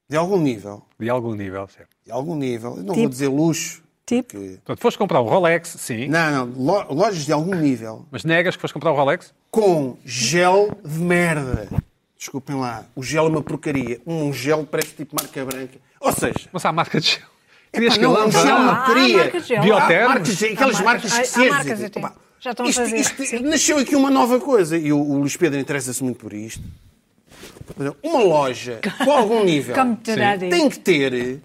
C: de algum nível,
A: de algum nível, certo.
C: de algum nível, eu não vou
D: Tipo.
C: dizer luxo,
D: Tipo.
C: porque-
A: Portanto, foste comprar um Rolex, sim,
C: Não, não, lo- lojas de algum nível
A: mas negas que foste comprar um Rolex?
C: com gel de merda. Desculpem lá, o gel é uma porcaria. Um gel parece tipo marca branca. Ou seja,
A: Mas há marca de gel.
C: Epá,
A: Querias que eu
C: não, não,
A: lance-
C: não,
D: há
C: não, queria.
D: marcas de gel.
A: Biotermos?
C: Há marcas, aquelas marcas,
D: Há marcas.
C: que
D: Há-
C: se
D: há marcas
C: exibem.
D: até.
C: Pá,
D: Já estão a
C: isto-
D: fazer,
C: isto-
D: sim.
C: Nasceu aqui uma nova coisa e o, o Luís Pedro interessa-se muito por isto. Uma loja com algum nível
D: Como te dá de-
C: tem que ter.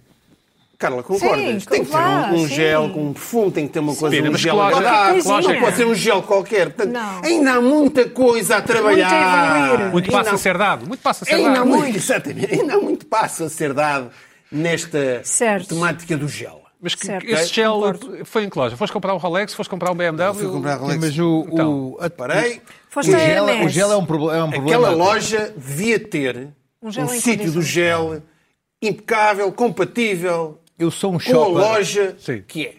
C: Carla, concordas?
D: Sim,
C: tem que ter
D: claro,
C: um, um
D: sim.
C: gel com um perfume, tem que ter uma coisa,
A: Pina,
C: um
A: mas
C: gel
A: que loja-
C: agradável.
D: que loja- é?
C: Não pode ser um gel qualquer. Portanto,
D: Não.
C: ainda há muita coisa a trabalhar.
D: evoluir.
A: Muito
C: Ainda
A: passa a
C: há-
A: ser dado, muito passa a ser
C: Ainda há
A: dado.
D: é?
C: muito, exatamente, ainda há muito passo a ser dado nesta
D: Certo.
C: temática do gel.
A: Mas que,
D: Certo.
A: esse gel
D: Concordo.
A: foi em que loja? Foste comprar um Rolex, foste comprar um BMW?
C: Fui comprar Rolex.
B: Mas o,
A: Então,
B: o, a-
C: Parei.
D: Foste
B: o,
D: a
B: gel, o
D: Hermes.
B: gel é um, proble- é um problema.
C: Aquela loja devia ter um,
D: Um gel em
C: sítio do
D: condições.
C: gel impecável, compatível
B: Eu sou um
C: com a
B: shopper.
C: loja
A: Sim.
C: que é.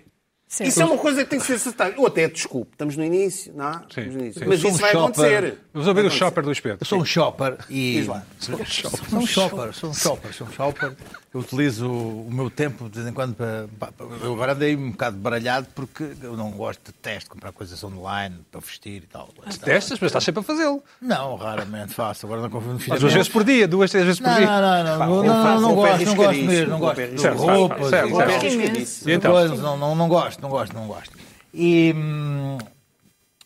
D: Sim.
B: um
C: Isso é uma coisa que tem que ser acertada. Ou até, desculpe, estamos no início, não é? Estamos no início.
A: Sim.
C: Mas
B: Eu sou
C: isso
B: um
C: vai
B: shopper.
C: acontecer.
A: Vamos ouvir
C: Vai
A: o
C: acontecer.
A: shopper do espelho.
B: Eu sou um shopper e.
C: Diz lá.
B: Sou um shopper, sou um shopper, sou um shopper. Eu utilizo o meu tempo de vez em quando para. pá, Eu agora andei um bocado baralhado porque eu não gosto, detesto comprar coisas online para vestir e tal.
A: Testas, mas estás sempre a fazê-lo.
B: Não, raramente faço. Agora não confio no filho.
A: Mas duas vezes por dia, duas, três vezes por
B: Não,
A: dia.
B: não, não, não, não,
C: eu
B: não,
C: faço,
B: não
C: eu
B: gosto,
C: peço
B: não gosto
C: riscadinhos,
B: mesmo, não
C: eu
B: gosto
C: peço
B: de
C: riscadinhos.
B: roupas,
A: Certo,
C: Eu
A: certo.
C: peço
B: é
D: Sim,
C: riscadíssimo.
A: E então?
B: coisas, não, não, não gosto, não gosto, não gosto. E, hum,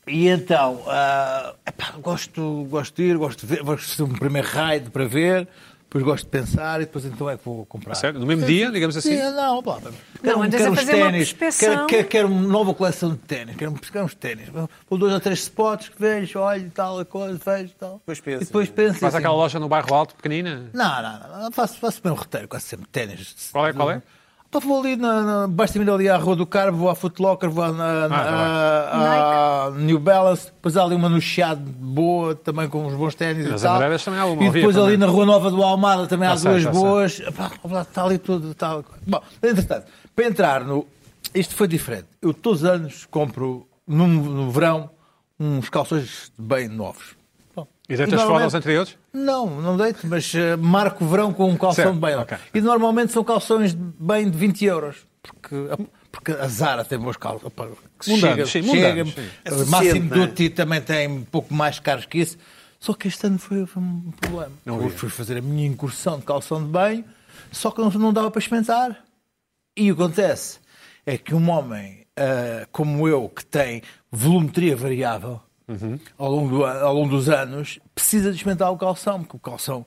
B: e então, ah, epá, gosto, gosto de ir, gosto de ver, gosto de um primeiro raid para ver, depois gosto de pensar e depois então é que vou comprar.
A: Sério? No mesmo dia, digamos assim?
B: Sim, não, pá. um-
D: Não, andas a
B: uns
D: fazer uma
B: ténis,
D: prospeção.
B: quero, quero, quero uma nova coleção de ténis, quero, um, quero uns ténis. Vou dois ou três spots que vejo, olho e tal, a coisa, vejo e tal.
C: Depois pensa.
B: E depois penso
A: Faz
B: assim,
A: aquela loja no bairro alto, pequenina.
B: não, não, não, não, faço, faço bem um roteiro, quase sempre ténis.
A: Qual é, qual é?
B: Pá, Então vou ali, na, na, basta ir ali à Rua do Carmo, vou à Footlocker, vou à, na- na-
A: tá bem.
B: à- à New Balance, depois há ali uma no Chiado boa, também com uns bons ténis
A: Nas
B: e tal.
A: Amoreiras também há uma,
B: e
A: havia
B: depois ali
A: também. Tá
B: na Rua Nova do Almada também
A: Já
B: há
A: sei,
B: duas
A: já sei.
B: boas. Pá, lá está ali tudo. Tal. Bom, entretanto, para entrar no... Isto foi diferente. Eu todos os anos compro, no, no verão, uns calções bem novos. Bom,
A: E deitas fora
B: normalmente-
A: os anteriores?
B: não, não deito, mas eh, marco o verão com um calção
A: Certo,
B: de bem.
A: ok.
B: E normalmente são calções de bem de 20 euros. Porque a, porque a Zara tem bons calções. Opa, que
A: Mundanos,
B: chega,
A: sim,
B: chega,
A: mundanos, sim.
C: É
B: O
C: suficiente,
B: Máximo
C: não é?
B: Dutti também tem um pouco mais caros que isso. Só que este ano foi, foi um problema. Eu fui fazer a minha incursão de calção de banho, só que não, não dava para experimentar. E o que acontece é que um homem ah, como eu, que tem volumetria variável ao, longo do an- ao longo dos anos, precisa de experimentar o calção, porque o calção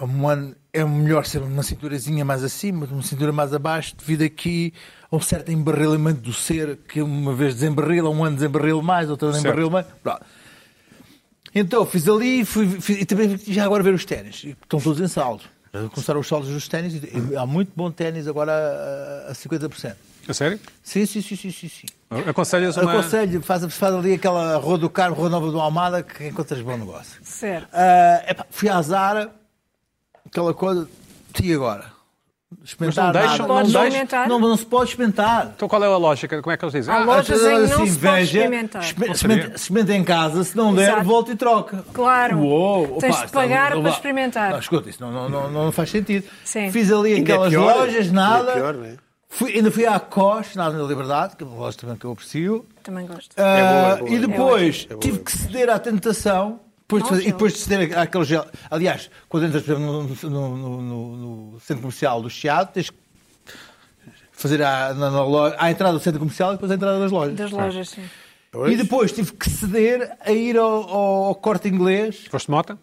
B: um ano, é melhor ser uma cinturazinha mais acima, uma cintura mais abaixo, devido aqui a um certo embarrilamento do ser, que uma vez desembarrila, um ano desembarrila mais, outra vez
A: Certo.
B: embarrila mais. Pronto. Então, fiz ali fui- fiz- e também já agora ver os ténis. e Estão todos em saldo. Já Começaram os saldos dos ténis e, e há muito bom ténis agora a- a, a 50%.
A: A sério?
B: Sim, sim, sim, sim, sim. sim.
A: Aconselhas uma...
B: Aconselho, faz, faz ali aquela Rua do Carmo, Rua Nova do Almada, que encontras bom negócio.
D: Certo.
B: Ah, epá, fui à Zara, aquela coisa, e agora? Experimentar
A: Mas não deixam-
B: nada.
A: não
B: não,
D: deixam-
B: não, não se pode experimentar.
A: Então qual é a lógica? Como é que eles dizem?
D: Há
A: Ah,
D: loja- Lojas em que não se pode
B: inveja,
D: experimentar.
B: exper-
A: Não
B: experimenta-
A: sabia.
B: experimenta em casa, se não der,
D: Exato.
B: volta e troca.
D: Claro.
B: Uou,
D: Tens
B: opa,
D: de pagar
B: está-
D: para
B: opa.
D: experimentar.
B: Não, escuta, isso não, não, não, não faz sentido.
D: Sim.
B: Fiz ali
C: Ainda é
B: aquelas
C: pior,
B: lojas,
C: ainda é
B: nada.
C: pior, não é?
B: Fui- ainda fui à COS, na Avenida Liberdade, que é uma loja também que eu aprecio.
D: Também gosto.
B: Ah,
C: boa, é boa.
B: e depois
C: É boa, é
B: tive
C: boa.
B: que ceder à tentação Depois de
D: Não,
B: fazer- e
D: gel.
B: depois de ceder aquele gel. Aliás, quando entras por exemplo, no, no- no- no centro comercial do Chiado, tens que fazer à, na, na loja, à entrada do centro comercial e depois à entrada das lojas.
D: das lojas, sim.
B: E depois tive que ceder a ir ao, ao- ao corte inglês,
A: Foste de mota?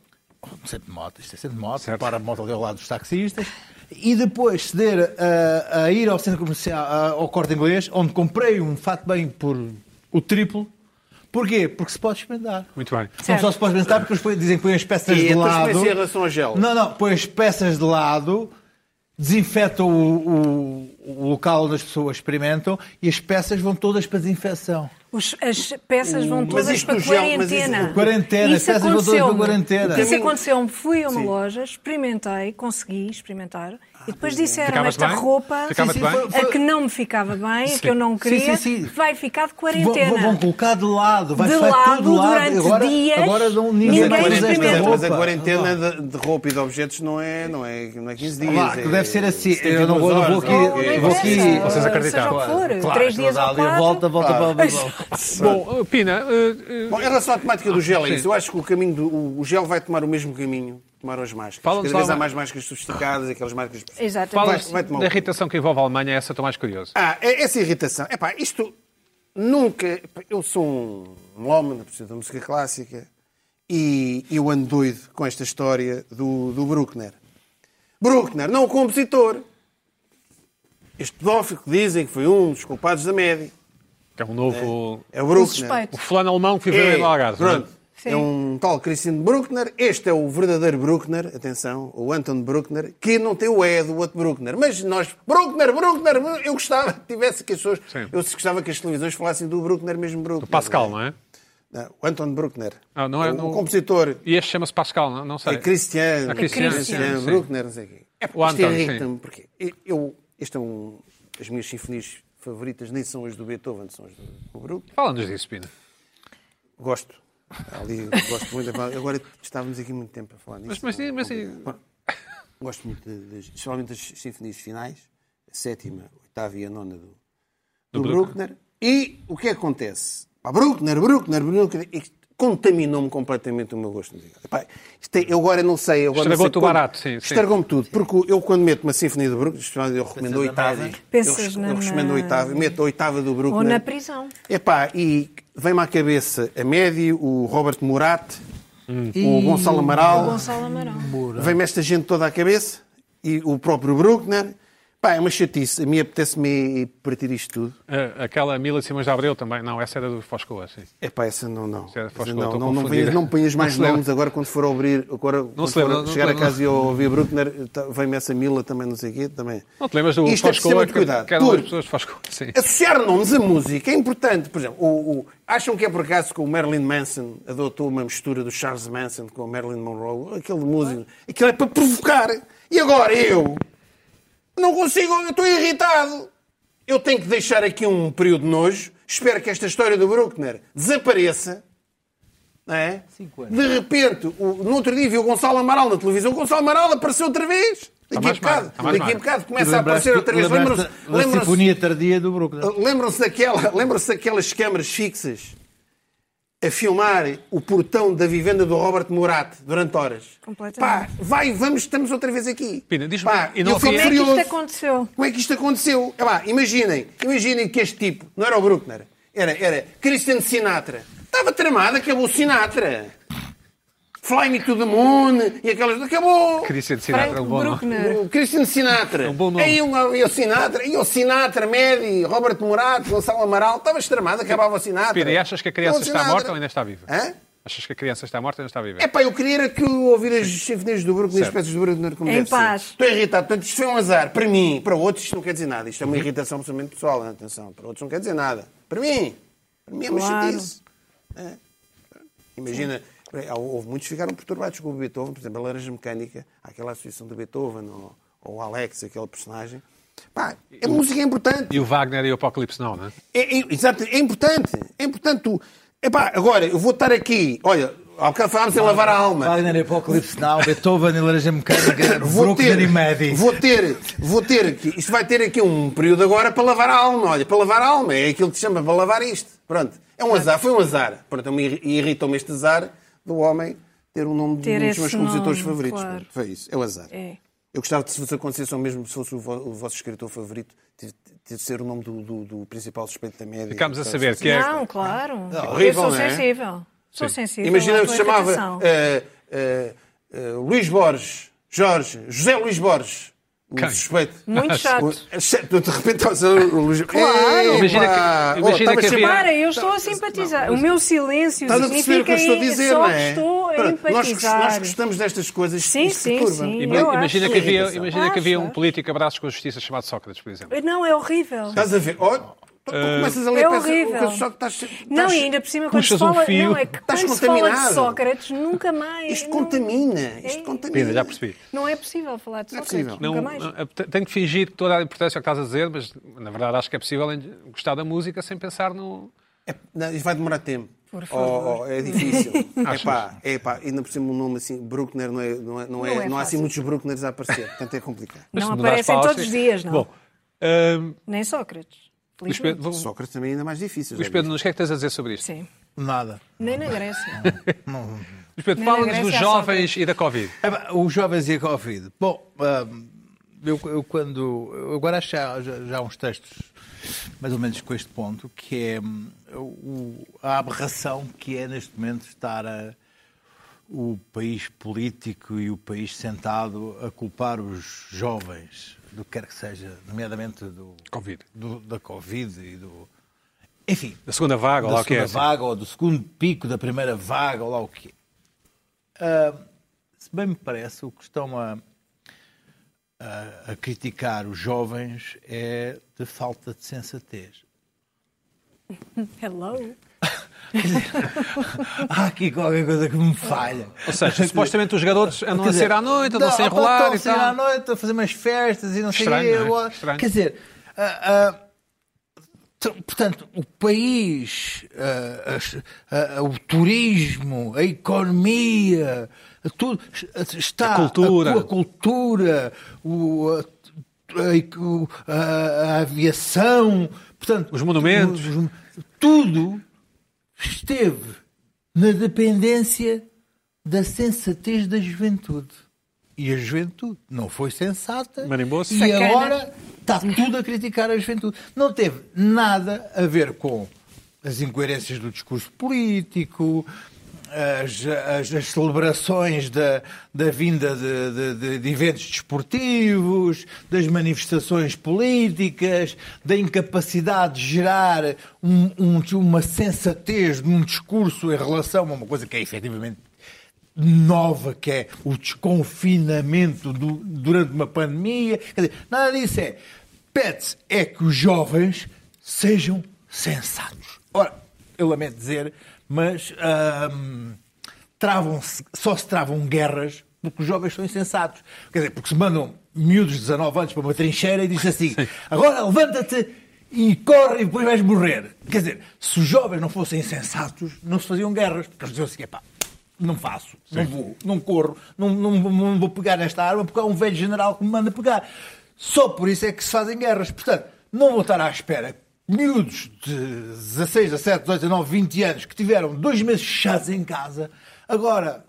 B: centro de moto, isto é centro de moto,
A: Certo.
B: para a moto ali ao lado dos taxistas, e depois ceder a, a ir ao centro comercial, a- ao corte inglês, onde comprei um fato bem por o triplo. Porquê? Porque se pode experimentar.
A: Muito bem.
B: Não
D: Certo.
B: só se pode pensar porque eles põem- dizem que põem as peças
C: E a
B: de lado.
C: transparência em relação ao gel?
B: Não, não, põem as peças de lado, desinfetam o, o- o local onde as pessoas experimentam e as peças vão todas para desinfecção.
D: Os- as peças vão
C: Mas
D: todas
C: isto
D: para
C: do gel, mas
D: quarentena.
C: isso-
B: Quarentena, as
D: isso
B: peças vão todas para
D: aconteceu-me.
B: quarentena.
D: Isso
C: Sim.
D: aconteceu-me. Fui a uma
C: Sim.
D: loja, experimentei, consegui experimentar. e depois disseram
A: Ficava-te
D: esta
A: bem?
D: roupa
A: Ficava-te
B: Sim, sim,
A: bem?
B: foi-
D: a que não me ficava bem, a que eu não
B: Sim,
D: queria,
B: sim, sim.
D: vai ficar de
B: Vão,
D: quarentena.
B: vão- vão colocar de lado, vai
D: De
B: vai
D: lado
B: tudo de lado.
D: durante
B: agora,
D: dias,
B: agora um não
C: Mas a
B: ninguém
D: ninguém
B: usa esta
C: quarentena,
D: experimenta.
C: mas a
B: roupa.
C: quarentena de, de roupa e de objetos não é, não é, não é 15 dias.
B: Lá, que
C: é-
B: deve ser assim.
C: é
B: Eu não vou, não vou
C: 72 horas, é?
D: Não,
B: aqui.
D: não
B: eu vou
D: interessa.
B: aqui.
A: Vocês
D: Seja
A: acreditaram.
D: o que for,
B: Claro,
D: três dias
B: dá
D: ou
B: ali a
D: quatro.
B: volta, volta para.
A: Bom, uh, Pina, uh, uh,
C: Bom, em relação à temática do gel, é isso. Eu acho que o caminho do o- o gel vai tomar o mesmo caminho que tomaram as máscaras.
A: Fala-nos
C: Cada vez
A: lá-
C: há mais máscaras sofisticadas, aquelas marcas.
D: Exatamente.
A: falas
C: vai tomar um
A: da
C: cu.
A: irritação que envolve a Alemanha, é essa estou mais curioso.
C: Ah, é- essa irritação. É pá, isto nunca. Eu sou um, um homem da da música clássica e eu ando doido com esta história do, do Bruckner. Bruckner, não o compositor. Este pedófilo que dizem que foi um dos culpados da média.
A: Que é um novo.
C: É o Bruckner.
D: Suspeito.
A: O fulano alemão que viveu em Algarve. não é?
C: pronto.
D: Sim.
C: É um tal Christian Bruckner. Este é o verdadeiro Bruckner, atenção, o Anton Bruckner, que não tem o E do outro Bruckner. Mas nós, Bruckner, Bruckner, Bruckner, eu gostava que tivesse que as pessoas,
A: Sim.
C: eu gostava que as televisões falassem do Bruckner mesmo Bruckner.
A: O Pascal, não é?
C: Não, o Anton Bruckner.
A: Ah, não é-
C: o,
A: não-
C: o compositor.
A: E este chama-se Pascal, não, não sei.
C: É Christian,
A: É Christian, sim, sim.
C: Bruckner, não sei o quê. É,
A: O
C: pá, isto
A: Anton,
C: irrita-me, porque eu, este é um, as minhas sinfonias favoritas nem são as do Beethoven, são as do Bruckner.
A: Fala-nos disso, Pina.
C: Gosto. Ali, eu gosto muito. Agora estávamos aqui muito tempo a falar nisso.
A: Mas- mas-
C: Não- é?
A: mas-
C: não- Bom, Gosto muito, de, de, especialmente das sinfonias finais, a sétima, oitava e a nona do, do, Bruckner. E o que acontece? Pá, Bruckner, Bruckner, Bruckner. e Contaminou-me completamente o meu gosto musical. Epá, isto é- eu agora não sei. eu Agora não sei
A: Estragou-te o
C: quando-
A: barato, sim, sim.
C: Estragou-me tudo. Porque eu, quando meto uma sinfonia do Bruckner, especialmente eu recomendo a
B: Pensas na
C: oitava.
B: nada.
C: Eu,
D: Pensas
C: res-
D: na-
C: eu recomendo a oitava. Meto a oitava do Bruckner.
D: Ou na prisão.
C: Epá, e vem-me à cabeça a Médio, o Robert Murat,
A: Hum.
C: o Gonçalo
D: O
C: Amaral.
D: Gonçalo Amaral.
C: Vem-me esta gente toda à cabeça e o próprio Bruckner. Pá, é uma chatice. A mim apetece-me partir isto tudo.
A: Ah, aquela Mila Simões de Abreu também. Não, essa era do Foscoa, sim.
C: Epá, essa não, não.
A: Certo,
C: Essa
A: pois,
C: não,
A: estou
C: não, não,
A: confundido.
C: venhas- não me ponhas
A: Não
C: mais
A: se lembra.
C: nomes agora quando for abrir. Agora, quando
A: se
C: for
A: lembra, não-
C: chegar
A: não-
C: a casa e eu ouvir Bruckner, tá- vem-me essa Mila também, não sei o quê. Também.
A: Não te lembras do
C: Isto é preciso ter
A: Foscoa?
C: muito
A: que,
C: cuidado. É
A: que eram as
C: Porque-
A: pessoas de Foscoa, sim.
C: Associar nomes à música é importante. Por exemplo, o- o- acham que é por acaso que o Marilyn Manson adotou uma mistura do Charles Manson com o Marilyn Monroe? Aquele músico. Aquilo é para provocar. E agora eu não consigo, eu estou irritado. Eu tenho que deixar aqui um período de nojo. Espero que esta história do Bruckner desapareça. Não é?
B: Cinco anos.
C: De repente, o- no outro dia vi o Gonçalo Amaral na televisão. O Gonçalo Amaral apareceu outra vez. Daqui a
A: mais magro,
C: bocado,
A: está mais
C: daqui a
A: magro.
C: bocado começa a aparecer outra vez. Oh, Lembram-se-
B: da
C: Lembram-se
B: sinfonia tardia do Bruckner.
C: Lembram-se daquela, lembram-se daquelas câmaras fixas a filmar o portão da vivenda do Robert Murat durante horas?
D: Completamente.
C: Pá, vai, vamos, estamos outra vez aqui.
A: Pina, diz-me-
C: Pá,
A: e não
C: eu fico
A: havia-
D: Como é que
C: furioso.
D: isto aconteceu?
C: Como é que isto aconteceu? É lá, imaginem, imaginem que este tipo, não era o Bruckner, era, era Christian Sinatra. Estava tramado, acabou Sinatra. Fly Me to the Moon e aquelas. Acabou!
A: Christian Sinatra,
D: Frank
A: um bom nome.
D: Bruckner.
C: O Christian Sinatra.
A: um bom nome.
C: Aí um- e o Sinatra, e o Sinatra, Medi, Robert Morato, Gonçalo Amaral, estava tramado, acabava o Sinatra.
A: Pina, e achas que a criança
C: Então, o
A: está
C: Sinatra-
A: morta ou ainda está viva?
C: Hã?
A: Achas que a criança está morta ou ainda está viva?
C: É pá, eu queria era que eu ouvir as sinfonias do Bruckner, as
A: Certo.
C: peças do Bruckner como
D: Em
C: deve ser.
D: paz.
C: Estou irritado. Portanto, isto foi um azar. Para mim, para outros isto não quer dizer nada. Isto é uma irritação absolutamente pessoal, hein? atenção. Para outros não quer dizer nada. Para mim, para mim é uma
D: Claro.
C: chatice. É. Imagina, eh, há- houve muitos que ficaram perturbados com o Beethoven, por exemplo, a Laranja Mecânica, há aquela associação do Beethoven, ou, ou o Alex, aquele personagem. Pá, a música é importante.
A: E o Wagner e o Apocalipse não, não é?
C: É, é, exato, é importante. É importante tu. Epá, agora, eu vou estar aqui. Olha, há bocado falámos em lavar a alma.
B: Wagner Apocalipse Now, Beethoven e Laranja Mecânica,
C: Vou
B: Bruckner
C: ter,
B: e Medi.
C: vou ter, vou ter aqui, isto vai ter aqui um período agora para lavar a alma, olha, para lavar a alma, é aquilo que se chama para é um lavar isto. Pronto, é um azar, foi um azar. Pronto, eu me irri- irritou-me este azar do homem ter o nome
D: Ter
C: de um dos meus
D: esse
C: compositores
D: nome,
C: favoritos.
D: claro.
C: Pronto, Foi isso. É o azar.
D: É.
C: Eu gostava que se vos acontecesse ou mesmo se fosse o, vo- o vosso escritor favorito, de, de ser o nome do, do- do principal suspeito da média.
A: Ficámos a
C: Então,
A: saber
C: se-
A: que é.
D: Não, claro.
C: horrível,
D: eu
C: não
D: sou
C: é?
D: sensível. Sou sensível. à
C: Imagina
D: tua
C: se chamava
D: irritação.
C: eh, eh, eh, Luís Borges, Jorge, José Luís Borges, o
A: Quem?
C: suspeito.
D: Muito
C: O-
D: chato.
C: exceto, É De repente, estás a- o Luís
D: Claro.
C: Epá!
A: Imagina que-
C: Oh,
A: imagina
C: estava
A: que
C: a chamar-
D: Para, eu estou a simpatizar. O meu silêncio
C: Estás a perceber o que eu
D: significa
C: estou a dizer,
D: só
C: não é?
D: estou a
C: Pronto, nós, gost-
D: empatizar.
C: nós gostamos destas coisas.
D: Sim,
C: isto
D: sim,
C: curva.
D: sim,
A: Ima-
D: eu
A: Imagina
D: acho. é
A: que havia,
C: Irritação.
A: imagina que
D: Acho,
A: havia um
D: acho.
A: político a braços com a justiça chamado Sócrates, por exemplo.
D: Não, é horrível.
C: Estás a ver? Oh, tu- tu
A: Eh,
C: começas a ler
D: É
C: a pensar,
D: horrível.
C: o que eu só que estás- estás-
D: Não, e ainda por cima, quando se
A: Puxas um
D: fala,
A: fio.
D: não, é que
C: Estás
D: quando se fala de
C: contaminado.
D: Sócrates, nunca mais.
C: Isto
D: não-
C: contamina. Isto
D: É.
C: contamina.
A: Pina, já percebi.
D: Não é possível falar de
C: Não é
D: Sócrates,
C: possível.
D: nunca
A: Não,
D: mais.
A: não, te- tenho que fingir toda a importância que estás a dizer, mas na verdade acho que é possível em- gostar da música sem pensar no.
C: É, não, isto vai demorar tempo.
D: Por favor.
C: Oh, oh, é difícil. é
A: Achas?
C: pá, é pá, ainda por cima um nome assim, Bruckner, não, é, não, é, não, é-
D: Não é
C: não há assim
D: fácil.
C: muitos Bruckners a aparecer, portanto é complicado.
A: Mas
D: Não
A: se mudares
D: aparecem
A: para a
D: todos
A: Áustria-
D: os dias, não.
A: Bom, hum,
D: Nem Sócrates.
A: Luís
D: felizmente.
A: Pedro, vou-
C: Sócrates também é ainda mais difícil.
A: Luís
C: já
A: Pedro Nunes, o que é que tens a dizer sobre isto?
D: Sim.
B: Nada.
D: Nem na Grécia.
A: Luís Pedro,
D: Nem na
A: fala-nos dos
D: Grécia há
A: jovens e da Covid.
B: É, pá, Os jovens e a Covid. Bom, hum, eu, eu quando. eu Agora acho que já, já, já há uns textos mais ou menos com este ponto, que é hum, o- a aberração que é neste momento estar a- o país político e o país sentado a culpar os jovens do que quer que seja, nomeadamente do,
A: Covid.
B: do- da Covid e do. Enfim,
A: A segunda vaga, ou
B: da
A: lá o que é.
B: segunda vaga ou do segundo pico da primeira vaga ou lá o que se bem me parece o que estão a, a- a criticar os jovens é de falta de sensatez
D: Hello.
B: há aqui qualquer coisa que me falha
A: Ou seja, supostamente os garotos andam
B: Quer
A: a
B: dizer,
A: ser à noite, andam a se
B: não,
A: enrolar
B: estão
A: e
B: a sair
A: tal.
B: à noite, a fazer umas festas e não sei o
A: Estranho,
B: quê.
A: não é?
B: agora-
A: Estranho.
B: Quer dizer, ah, ah, t- portanto, o país, ah, as- ah, ah, o turismo, a economia, tudo es- está.
A: A cultura.
B: A, cu- a cultura, o, a, a- o- a- a aviação, portanto.
A: Os monumentos.
B: os mon- tudo esteve na dependência da sensatez da juventude. E a juventude não foi sensata.
A: Marimbou-se.
B: E
D: Sacana.
B: agora está tudo a criticar a juventude. Não teve nada a ver com as incoerências do discurso político, as, as- as celebrações da, da vinda de, de- de- de eventos desportivos, das manifestações políticas, da incapacidade de gerar um- um- uma sensatez de um discurso em relação a uma coisa que é efetivamente nova que é o desconfinamento do- durante uma pandemia. Quer dizer, nada disso é. Pede-se é que os jovens sejam sensatos. Ora, eu lamento dizer, mas ahm, travam-se- só se travam guerras porque os jovens são insensatos. Quer dizer, porque se mandam miúdos de 19 anos para uma trincheira e dizem assim: agora levanta-te e corre e depois vais morrer. Quer dizer, se os jovens não fossem sensatos, não se faziam guerras, porque eles diziam assim, epá, não faço, não vou, não corro, não, não, não vou pegar nesta arma porque há um velho general que me manda pegar. Só por isso é que se fazem guerras. Portanto, não vou estar à espera que miúdos de 16, 17, 18, 19, 20 anos que tiveram dois meses fechados em casa, agora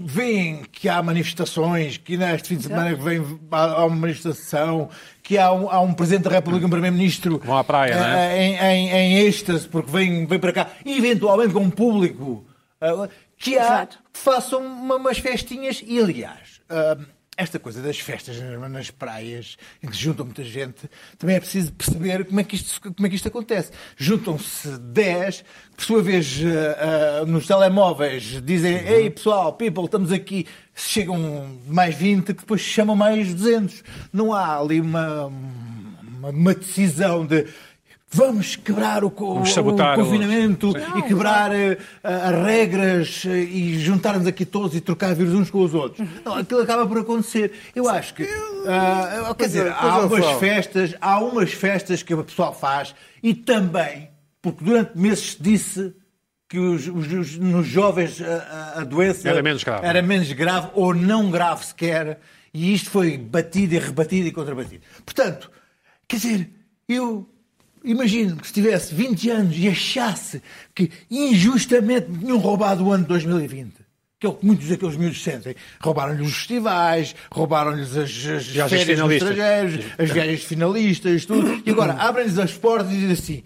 B: veem que há manifestações, que neste fim de semana que vem há há uma manifestação, que há um, há um Presidente da República, um Primeiro-Ministro
A: Vão à praia, não é?
B: eh, em, em, em êxtase, porque vem, vem para cá, e eventualmente com um público, eh, que há,
D: Exato.
B: que façam uma- umas festinhas, e aliás... ah, esta coisa das festas nas nas praias, em que se junta muita gente, também é preciso perceber como é que isto, como é que isto acontece. Juntam-se 10, que por sua vez ah, ah, nos telemóveis dizem
A: Uhum.
B: Ei pessoal, people, estamos aqui. Chegam mais 20, que depois chamam mais 200. Não há ali uma, uma, uma decisão de vamos quebrar o, co-
A: Vamos sabotar
B: o
A: os-
B: confinamento e
D: Não,
B: quebrar eh, ah, as regras eh, e juntarmos aqui todos e trocar vírus uns com os outros. Não, aquilo acaba por acontecer. Eu acho que. ah, quer
C: Pois é,
B: dizer,
C: pois
B: há
C: é,
B: umas
C: Paulo.
B: festas, há umas festas que o pessoal faz e também, porque durante meses se disse que os, os- os- nos jovens a, a- a doença
A: Era menos grave. é?
B: era menos grave ou não grave sequer, e isto foi batido e rebatido e contrabatido. Portanto, quer dizer, eu imagino que se tivesse 20 anos e achasse que injustamente me tinham roubado o ano de 2020. que é o que muitos daqueles miúdos sentem. Roubaram-lhes os festivais, roubaram-lhes as, as
A: Viagens
B: férias dos
A: finalistas.
B: estrangeiros, as viagens de finalistas, tudo. E agora abrem-lhes as portas e dizem assim.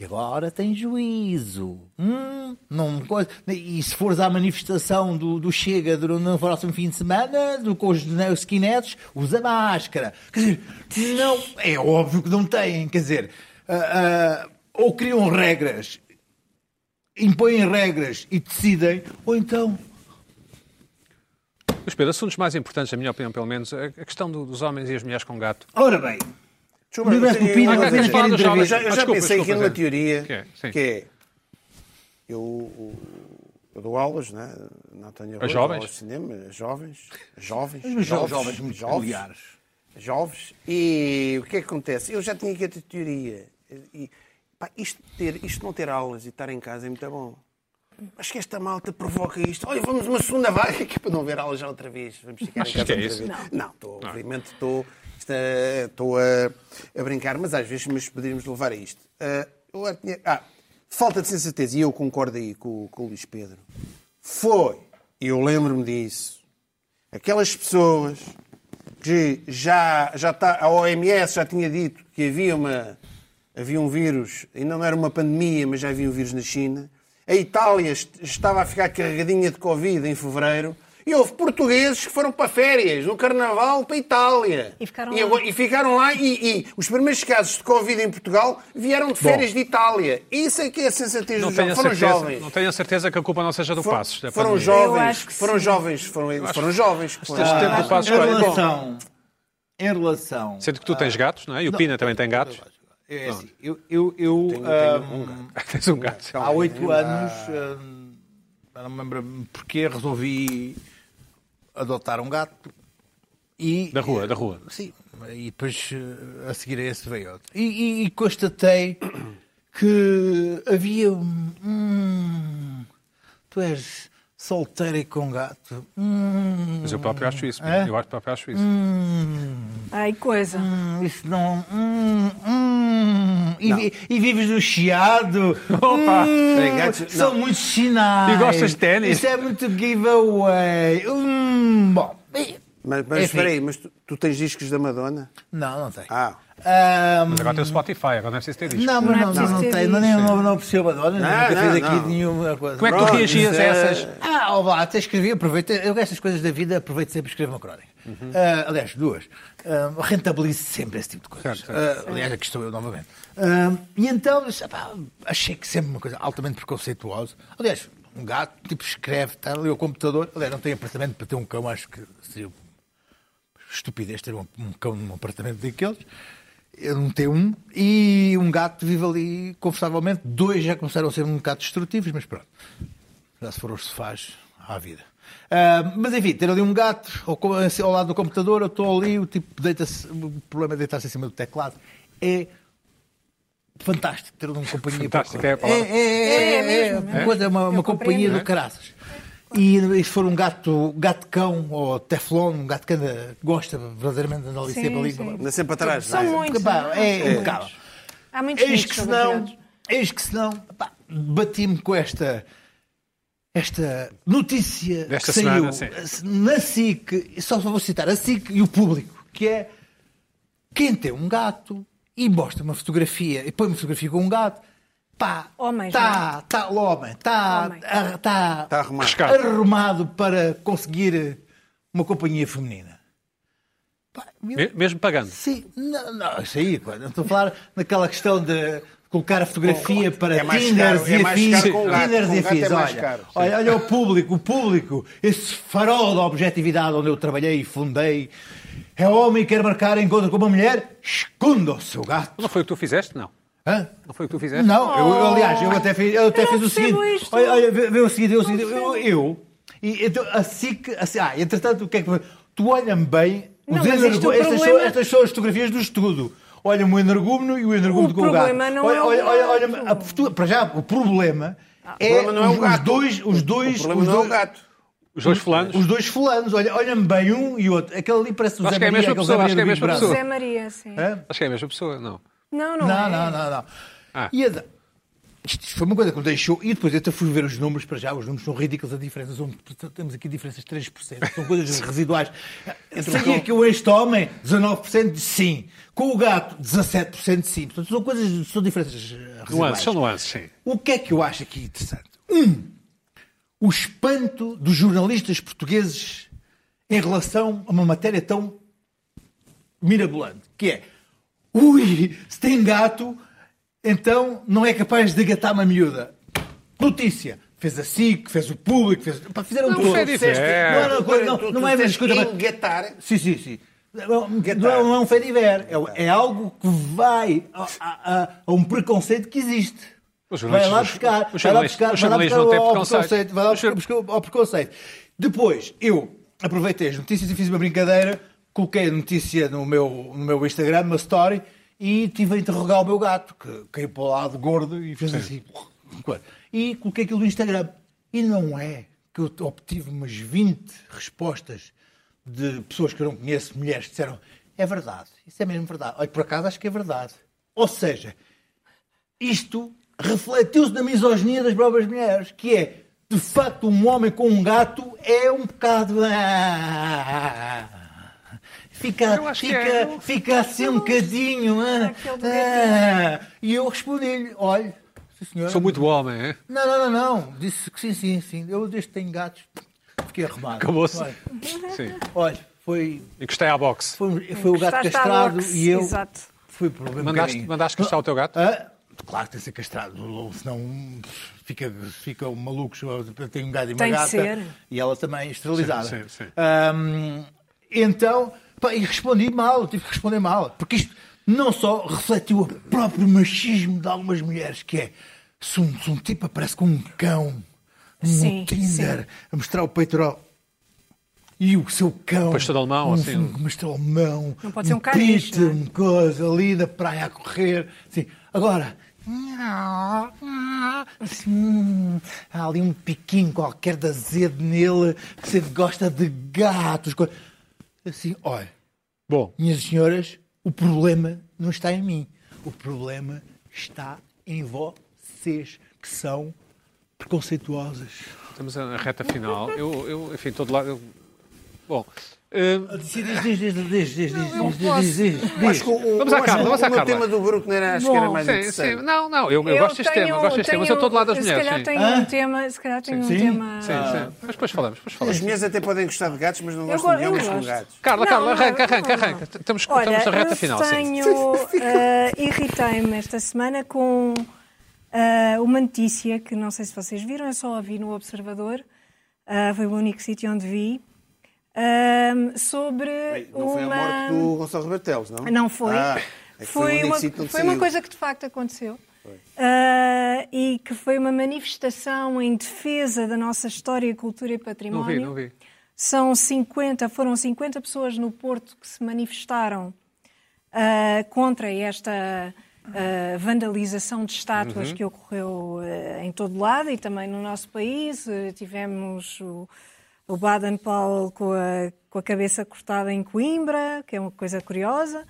B: E agora tem juízo. Hum, não, coisa. E se fores à manifestação do, do Chega do, no próximo fim de semana, do, com os né, os skinheads, usa máscara. Quer dizer, não, é óbvio que não têm. Quer dizer, ah, ah, ou criam regras, impõem regras e decidem, ou então
A: Mas Pedro, assuntos mais importantes, na minha opinião, pelo menos, é a a questão do- dos homens e as mulheres com gato.
B: Ora bem,
C: Desculpa,
B: Universo
C: eu- eu-
B: Pupino,
C: eu-
A: vocês
C: eu- eu-
A: falam
C: eu-
A: dos jovens.
C: Eu já, eu já
A: Desculpa,
C: pensei aqui
A: desculpa,
C: numa
A: Zé.
C: teoria
A: Que é, sim.
C: que é. Eu, eu- eu dou aulas, né? Na Tânia Rua,
A: jovens?
C: aulas de cinema, a jovens, a jovens,
B: os jovens muito peculiares.
C: jovens. E o que é que acontece? Eu já tinha aqui outra teoria. E, pá, isto, ter, isto não ter aulas e estar em casa é muito bom. Acho que esta malta provoca isto. Olha, vamos uma segunda vaga que é para não ver aulas já outra vez. Vamos ficar em
A: Achas
C: casa
A: que é
C: outra
A: isso?
C: vez. Não, estou, obviamente estou, está- estou a, a brincar, mas às vezes mas poderíamos levar a isto. Ah, eu já tinha- ah, falta de sensatez, e eu concordo aí com, com o Luís Pedro. Foi, e eu lembro-me disso, aquelas pessoas que já, já está, a OMS já tinha dito que havia, uma, havia um vírus, ainda não era uma pandemia, mas já havia um vírus na China. A Itália est- estava a ficar carregadinha de Covid em fevereiro. E houve portugueses que foram para férias, no Carnaval, para a Itália.
D: E ficaram
C: e,
D: lá.
C: agora- e ficaram lá e, e os primeiros casos de Covid em Portugal vieram de férias de Itália. Isso é que é a sensatez
A: Não
C: dos jovens.
A: tenho, a
C: Foram
A: certeza,
C: jovens.
A: não tenho a certeza que a culpa não seja do
C: Foram-
A: Passos. da
C: Foram
A: pandemia.
D: Eu
C: jovens,
D: acho que
C: foram
D: sim.
C: jovens, foram, foram jovens. claro.
A: Este tempo
C: Ah,
A: do Passos
B: em
A: Coelho-
B: relação, em relação,
A: Sendo que tu tens gatos, não é? E o Pina também tem gatos.
B: é assim, eu, eu, eu, ahm,
A: Tens um gato.
B: há oito anos, ahm, eu não me lembro porque resolvi adotar um gato e
A: Da rua, da rua.
B: Sim, e depois eh, a seguir a esse veio outro. E, e- e constatei que havia um. Hum, tu és solteiro e com gato. Hum,
A: Mas eu próprio acho isso.
B: É?
A: Eu acho próprio acho isso.
D: Ai, coisa.
B: hum, isso não. Hum, hum, e, vi- e vives no chiado. Opa!
C: Tem gatos-
B: são muitos sinais.
A: E gostas de ténis?
B: Isso é muito giveaway. Hum, bom. e-
C: Mas, mas
B: Enfim.
C: espera aí, mas tu, tu tens discos da Madonna?
B: Não, não tem.
C: Ah.
A: Mas agora tem o Spotify, agora não é preciso ter disco.
B: Não, mas não, não,
D: preciso
B: não
D: ter
B: tem, não, é
D: isso.
B: nem, não, não percebo a dona,
C: Não,
B: nunca
C: não,
B: fez aqui
C: não.
B: nenhuma coisa.
A: Como é que tu
C: Pronto,
A: reagias
C: isso
A: a
C: é-
A: essas?
B: Ah, ó, vá, até escrevi, aproveita. Eu estas coisas da vida, aproveito sempre e escrevo uma crónica. Ah, aliás, duas. Ah, rentabilizo sempre esse tipo de coisas.
A: Certo, certo.
B: Ah, aliás, aqui estou eu novamente. Ah, e então, disse, "Epá, achei que sempre uma coisa altamente preconceituosa. Aliás, um gato, tipo, escreve, está ali ao computador. Aliás, não tem apartamento para ter um cão, acho que seria estupidez ter um, um cão num apartamento daqueles. Eu não tenho um. E um gato vive ali confortavelmente. Dois já começaram a ser um bocado destrutivos, mas pronto. Já se for aos sofás, à vida. Ah, mas enfim, ter ali um gato ao, co- ao lado do computador, eu estou ali, o tipo deita-se, o problema é deitar-se em cima do teclado. É fantástico ter ali uma companhia para
A: Fantástico, é a
B: é,
A: palavra.
B: é, é,
D: É mesmo,
B: uma, coisa, uma, uma companhia
D: compreendo. é?
B: do caraças. E, e se for um gato, gato cão ou teflon, um gato que anda, gosta verdadeiramente de andar ali
D: Sim,
B: sempre ali.
D: sim.
C: Anda sempre atrás,
D: São
C: não é?
D: muitos.
B: Pá,
D: não
B: é impecável.
D: Há muitos
B: Eis que
D: mitos
B: se
D: sobre
B: não,
D: os gatos.
B: eis que se não, pá, bati-me com esta esta notícia
A: Desta
B: que saiu eh,
A: semana,
B: na SIC, só vou citar a SIC e o público, que é quem tem um gato e mostra uma fotografia, e põe uma fotografia com um gato, pá,
D: Homens,
B: tá, tá, o homem, tá,
D: é? Homem.
B: a- tá,
C: Está arrumado.
A: Rescaldo. Claro.
B: arrumado para conseguir uma companhia feminina. Pá, eu-
A: Me- Mesmo pagando.
B: Sim, não, não, isso aí, pá, não estou a falar naquela questão de colocar a fotografia para
C: É mais
B: Tinders
C: caro,
B: e
C: é mais
B: afins.
C: caro com o gato,
B: Tinders
C: com o
B: e
C: gato é
B: afins,
C: mais
B: olha,
C: caro, sim.
B: olha, olha o público, o público, esse farol da objetividade onde eu trabalhei e fundei. É homem que quer marcar encontro com uma mulher, esconda o seu gato.
A: Não foi o que tu fizeste? Não.
B: Hã?
A: Não foi o que tu fizeste?
B: Não, eu, eu, aliás, eu até fiz, eu até
D: É? Oh. Eu não
B: fiz o
D: percebo
B: seguinte.
D: isto.
B: Olha, olha, vê, vê o seguinte, vê o seguinte. Eu.
D: percebo.
B: eu- e, então, assim que. Assim, ah, entretanto, o que é que. foi? Tu olha-me bem.
D: Não,
B: os
D: mas
B: energú-
D: este é o
B: estas, são,
D: problema.
B: estas são as fotografias do estudo. Olha-me o energúmeno e o energúmeno
D: O
B: com o gato.
D: problema não
B: olha,
D: é o
B: olha, olha, olha-me
D: gato. Ah.
B: a foto- para já, o problema. É
C: O problema não é o
B: os,
C: gato.
B: os dois, os dois,
C: O problema
B: os
C: não é o
B: dois,
C: gato.
A: Os dois fulanos.
B: os dois fulanos, olha, olha-me bem um e outro. Aquele ali parece o
A: Acho
B: Zé
A: que é a
B: Maria,
A: mesma
B: aquele Zé
A: pessoa,
B: Maria
A: acho que é a
B: do Big
A: mesma
B: Brother.
A: pessoa.
D: Zé Maria, sim.
B: Hã?
A: Acho que é a mesma é pessoa, não.
D: Não, não,
B: Não,
D: é.
B: não, não, não.
A: Ah.
B: E então, Isto foi uma coisa que me deixou. E depois eu até fui ver os números para já. Os números são ridículos, a diferença. São, temos aqui diferenças de 3%. São coisas residuais. Sabia que eu este homem, 19% de sim. Com o gato, 17% de sim. Portanto, são coisas, são diferenças residuais.
A: Nuances, são nuances, sim.
B: O que é que eu acho aqui interessante? Um, o espanto dos jornalistas portugueses em relação a uma matéria tão mirabolante, que é ui, se tem gato, então não é capaz de gatar uma miúda. Notícia. Fez a SIC, fez o público, fez... Pá, fizeram
A: Não,
B: tudo.
A: é diferente.
B: Não, não, não, não, não é mesmo escuta, mas-
C: Engatar.
B: Sim, sim, sim. Não, não é- não é um fé diver. É, é algo que vai a, a- a- a um preconceito que existe.
A: Os
B: Vai lá
A: jornalistas-
B: buscar.
A: os
B: Vai lá
A: jornalistas-
B: buscar,
A: os
B: vai lá
A: jornalistas
B: buscar
A: não têm
B: ao ao
A: preconceito.
B: preconceito. Vai lá
A: Os jor-
B: buscar ao preconceito. Depois, eu aproveitei as notícias e fiz uma brincadeira. Coloquei a notícia no meu, no meu Instagram, uma story, e tive a interrogar o meu gato, que caiu para o lado gordo e fez assim. E coloquei aquilo no Instagram. E não é que eu obtive umas 20 respostas de pessoas que eu não conheço, mulheres, que disseram é verdade, isso é mesmo verdade. Olha, por acaso acho que é verdade. Ou seja, isto refletiu-se na misoginia das próprias mulheres, que é, de facto, um homem com um gato é um bocado... ah,
A: Eu
B: Fica,
A: acho que
B: fica,
A: é, eu-
B: fica assim um bocadinho... ah,
D: Aquele
B: ah. E eu respondi-lhe, olha, sim senhora...
A: Sou muito homem, é?
B: Não, não, não, não, disse que sim, sim, sim, eu desde que tenho gatos, fiquei arrumado.
A: Acabou-se.
B: Olha,
A: Sim.
B: olha, foi,
A: Encostei à boxe.
B: foi, foi o gato
D: Gostaste à
B: castrado
D: boxe,
B: e eu...
D: Exato.
B: Fui por um
A: Mandaste,
B: bocadinho.
A: mandaste castrar o teu gato?
B: Ah, claro que tem que ser castrado, senão um, fica, fica um maluco. Tem um gato e uma
D: Tem de
B: gata.
D: ser.
B: E ela também é esterilizada.
A: Sim, sim, sim.
B: Ahm, então, pá, e respondi mal, tive que responder mal. Porque isto não só refletiu o próprio machismo de algumas mulheres, que é se um, se um tipo aparece com um cão no
D: Sim,
B: Tinder a mostrar o peitoral. E o seu cão.
A: Pastor alemão,
B: um,
A: assim.
B: Um pastor alemão.
D: Não pode ser um
B: pit,
D: caniche, não é?
B: uma coisa ali na praia a correr. Assim. Agora, assim, há ali um piquinho qualquer de azedo nele que sempre gosta de gatos. co- Assim, olha,
A: Bom,
B: minhas senhoras, o problema não está em mim. O problema está em vocês, que são preconceituosas.
A: estamos na reta final. Eu, eu enfim, todo lado. eu- Bom. eh,
B: Diz, diz, diz, diz, diz, diz, diz, diz,
C: Acho que o,
A: Vamos à Carla,
C: eu acho que
A: vamos à
C: o meu
A: Carla.
C: tema do Bruno não era, acho que era mais
A: sim, sim.
C: interessante.
A: Não, não, eu, eu gosto deste tema, eu gosto deste tema, mas eu todo lado das mulheres.
D: Se calhar
A: Sim.
D: tenho
B: Hã?
D: um tema. Se calhar tenho
B: Sim.
D: um tema.
A: Sim, sim. Mas depois falamos, depois
C: As
A: falamos.
C: mulheres até podem gostar de gatos, mas não
D: Eu
C: gostam
D: go-
C: de
D: eu
C: homens com
D: gosto.
C: gatos.
A: Carla,
D: Não,
A: Carla,
D: não,
A: arranca,
D: não,
A: arranca,
D: não.
A: arranca. Estamos,
D: Olha,
A: estamos na reta
D: eu
A: final, sim.
D: tenho... eh, Irritei-me esta semana com eh, uma notícia que não sei se vocês viram, eu só a vi no Observador, eh, foi o único sítio onde vi, ehm, sobre
C: Não foi a
D: uma...
C: morte do Gonçalo Rebatelos, não?
D: Não foi.
C: Ah, é que foi, o único
D: uma,
C: sítio onde
D: foi uma
C: saiu.
D: coisa que de facto aconteceu. Ah, e que foi uma manifestação em defesa da nossa história, cultura e
A: Não
D: património.
A: vi, não vi.
D: São 50, foram 50 pessoas no Porto que se manifestaram ah, contra esta ah, vandalização de estátuas que ocorreu ah, em todo lado e também no nosso país. Ah, tivemos o, o Baden Powell com a, com a cabeça cortada em Coimbra, que é uma coisa curiosa.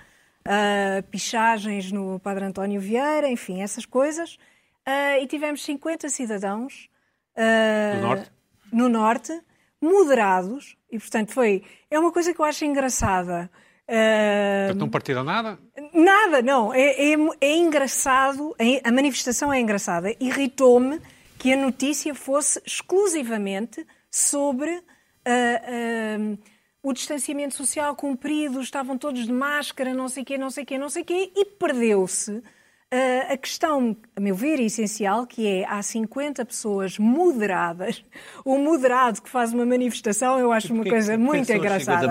D: Ah, pichagens no Padre António Vieira, enfim, essas coisas. Ah, e tivemos 50 cidadãos ah,
A: No norte?
D: no norte, moderados, e portanto foi. É uma coisa que eu acho engraçada. Ah,
A: Portanto, não partiram nada?
D: Nada, não. É, é- é engraçado, é- a manifestação é engraçada. Irritou-me que a notícia fosse exclusivamente sobre ah, ah, o distanciamento social cumprido, estavam todos de máscara, não sei quê, não sei quê, não sei quê, e perdeu-se ah, a questão, a meu ver, essencial, que é há 50 pessoas moderadas. O moderado que faz uma manifestação, eu acho uma coisa muito engraçada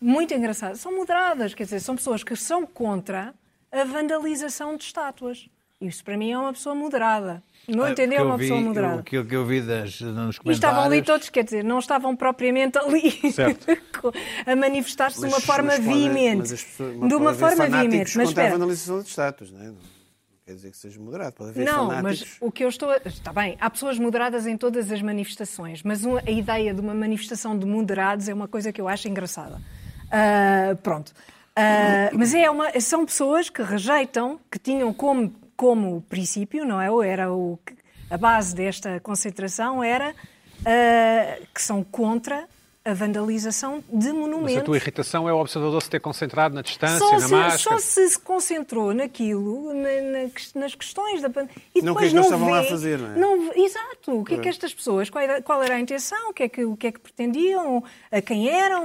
D: muito engraçado. São moderadas, quer dizer, são pessoas que são contra a vandalização de estátuas. Isso para mim é uma pessoa moderada.
B: Ah,
D: Não entender é uma pessoa moderada.
B: Aquilo que eu vi das, nos
D: E estavam ali
B: comentários-
D: todos, quer dizer, não estavam propriamente ali
A: Certo.
D: a manifestar-se de uma
C: Mas-
D: forma
C: mas podem-
D: veemente.
C: mas as pessoas- mas
D: De uma
C: pode haver
D: forma
C: fanáticos
D: veemente. Mas
C: contra a
D: espera,
C: vandalização de status, não é? Não quer dizer que seja moderado. Pode haver
D: Não,
C: fanáticos.
D: mas o que eu estou. a- Está bem, há pessoas moderadas em todas as manifestações, mas uma- a ideia de uma manifestação de moderados é uma coisa que eu acho engraçada. Ah, pronto. Ah, mas é uma, são pessoas que rejeitam, que tinham como como o princípio, não é? Ou era o, que- a base desta concentração era ah, que são contra a vandalização de monumentos.
A: Mas a tua irritação é o observador se ter concentrado na distância,
D: Só
A: na
D: se,
A: máscara.
D: só se se concentrou naquilo, na- na ques- nas questões da pandemia. E
C: Não, o que é
D: depois
C: que
D: não
C: eles estavam lá
D: vê-
C: a fazer, não é?
D: vê- exato. O que é que estas pessoas, qual era, qual era a intenção, o que, é que, o que é que pretendiam, a quem eram,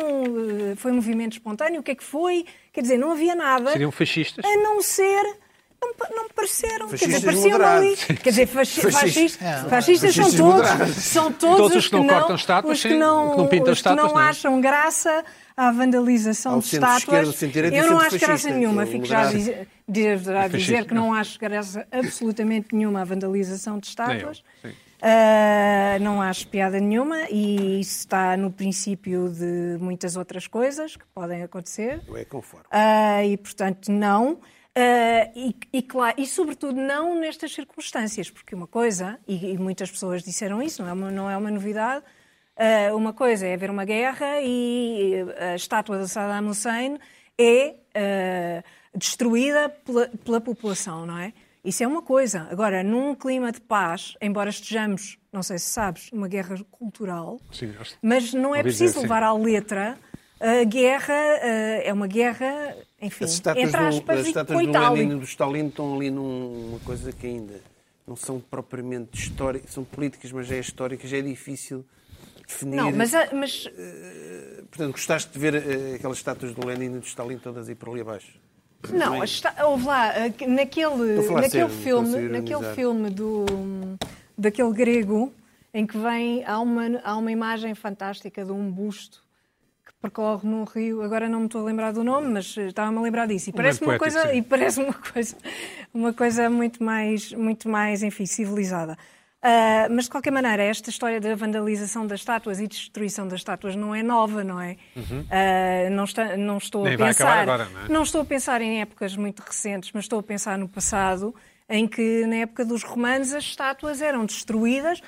D: eh, foi um movimento espontâneo, o que é que foi? Quer dizer, não havia nada.
A: Seriam fascistas.
D: A não ser. Não, pa- não pareceram. Quer dizer,
C: Fascistas
D: pareciam ali.
C: moderados.
D: Quer dizer, faxi-
C: Fascistas.
D: fascistas,
B: É,
D: fascistas são
C: fascistas
D: todos.
C: moderados.
D: São todos,
A: Todos
D: os que não,
A: cortam estátuas,
D: os que
A: sim,
D: não,
A: que não pintam
D: os que não
A: estátuas, não é?
D: acham graça à vandalização
C: Ao
D: de
C: centro-esquerda,
D: estátuas.
C: centro-direita e
D: Eu não acho
C: centro-fascista,
D: graça nenhuma.
C: que é o
D: Fico já a
C: moderado.
D: dizer, deverá dizer
A: É fascista,
D: que não acho graça absolutamente nenhuma à vandalização de estátuas.
A: sim.
D: Ah, não acho piada nenhuma e isso está no princípio de muitas outras coisas que podem acontecer.
C: É conforme.
D: Ah, e, portanto, não. Ah, e, e, claro, e, sobretudo, não nestas circunstâncias, porque uma coisa, e, e muitas pessoas disseram isso, não é uma, não é uma novidade, ah, uma coisa é haver uma guerra e ah, a estátua de Saddam Hussein é ah, destruída pela, pela população, não é? Isso é uma coisa. Agora, num clima de paz, embora estejamos, não sei se sabes, numa guerra cultural,
A: Sim, acho-
D: mas não é
A: Ouvi
D: preciso
A: dizer, sim.
D: levar à letra a guerra, eh, é uma guerra, enfim,
C: As estátuas,
D: entre
C: do, as
D: aspas, e
C: estátuas do
D: com
C: Lenin e
D: itálico.
C: do Stalin estão ali numa coisa que ainda não são propriamente históricas, são políticas, mas é histórica, já é difícil definir.
D: Não, mas, a- mas
C: Portanto, gostaste de ver eh, aquelas estátuas do Lenin e do Stalin todas aí por ali abaixo?
D: não, a esta- houve lá, eh, que- naquele,
C: é Estou a falar
D: naquele
C: sério,
D: filme,
C: estou a ser
D: naquele
C: ironizado.
D: filme do, daquele grego, em que vem, há uma, há uma imagem fantástica de um busto que percorre num rio, agora não me estou a lembrar do nome, mas eh, estava-me a lembrar disso. E parece uma
A: Um poético,
D: coisa,
A: sim.
D: e parece uma coisa, uma coisa muito mais, muito mais, enfim, civilizada. Ah, mas de qualquer maneira, esta história da vandalização das estátuas e destruição das estátuas não é nova, não é?
A: Uhum.
D: Ah, não, está- não estou
A: Nem
D: a
A: vai acabar
D: pensar.
A: agora, não é?
D: Não estou a pensar em épocas muito recentes, mas estou a pensar no passado, em que na época dos romanos as estátuas eram destruídas,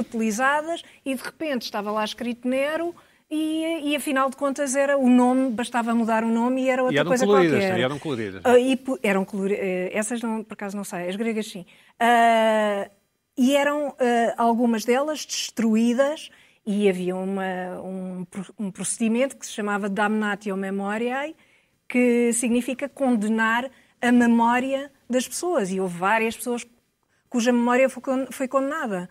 D: reutilizadas e de repente estava lá escrito Nero e, e, afinal de contas era o nome, bastava mudar o nome e era outra
A: eram
D: coisa
A: coloridas,
D: qualquer.
A: e eram coloridas. é?
D: Ah, e po- eram colori- eh, essas não, por acaso não sei, as gregas sim. Ah, e eram ah, algumas delas destruídas e havia uma- um, pro- um procedimento que se chamava damnatio memoriae, que significa condenar a memória das pessoas. E houve várias pessoas cuja memória foi con- foi condenada.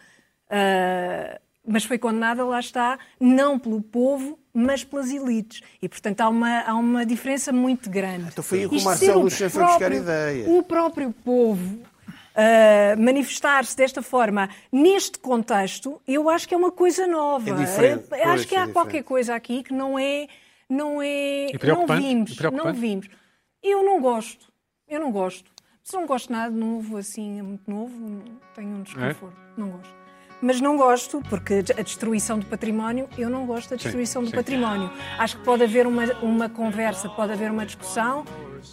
D: Ah, mas foi condenada, lá está, não pelo povo, mas pelas elites. E, portanto, há uma, há uma diferença muito grande.
C: Então foi aí que o
D: Isto
C: Marcelo
D: ser
C: Lucena foi buscar
D: próprio-
C: ideia.
D: O próprio povo ah, manifestar-se desta forma, neste contexto, eu acho que é uma coisa nova.
C: É diferente,
D: Eu acho
C: pois,
D: que
C: é
D: há
C: diferente.
D: qualquer coisa aqui que não é. Não é
A: E
D: não
A: preocupante, e
D: vimos. Não
A: preocupante.
D: vimos. Eu não gosto. Eu não gosto. Se não gosto de nada de novo, assim, é muito novo, tenho um desconforto.
A: É?
D: Não gosto. Mas não gosto, porque a destruição do património, eu não gosto da destruição do
A: sim.
D: património. Acho que pode haver uma, uma conversa, pode haver uma discussão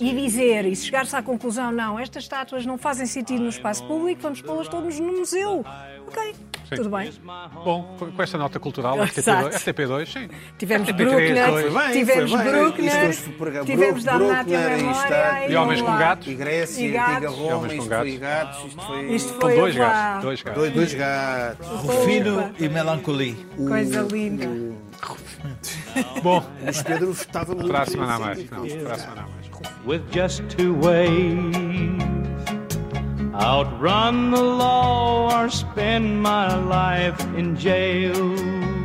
D: e dizer, e se chegar-se à conclusão, não, estas estátuas não fazem sentido no espaço público, vamos pô-las todas no museu. Ok,
A: Sim.
D: tudo bem.
A: Bom, com- com esta nota cultural,
D: Exato.
A: FTP2, FTP2 sim.
D: Tivemos
A: FTP3,
D: Bruckner,
A: dois.
C: Foi É bem,
D: tivemos
C: foi um bem.
D: Bruckner,
C: Isto hoje por cá,
D: tivemos
C: Bru-
D: Damnatio
C: Bruckner e
D: Memoriae,
C: estátuas.
A: E homens
D: vamos
A: com
D: lá.
A: gatos.
C: E Grécia,
D: E
C: e antiga
D: gatos.
C: Roma,
A: Jovens com
C: isto
A: gatos.
C: foi gatos, isto foi...
D: Isto foi
A: São dois
D: lá.
A: gatos, dois gatos.
C: Dois, dois gatos.
B: Fino e melancolia.
D: Coisa linda.
A: Bom,
C: Mas Pedro votava muito.
A: para a semana a mais.
C: nesse
A: Não,
C: sentido.
A: para a semana a mais.
E: with just two ways outrun the law or spend my life in jail.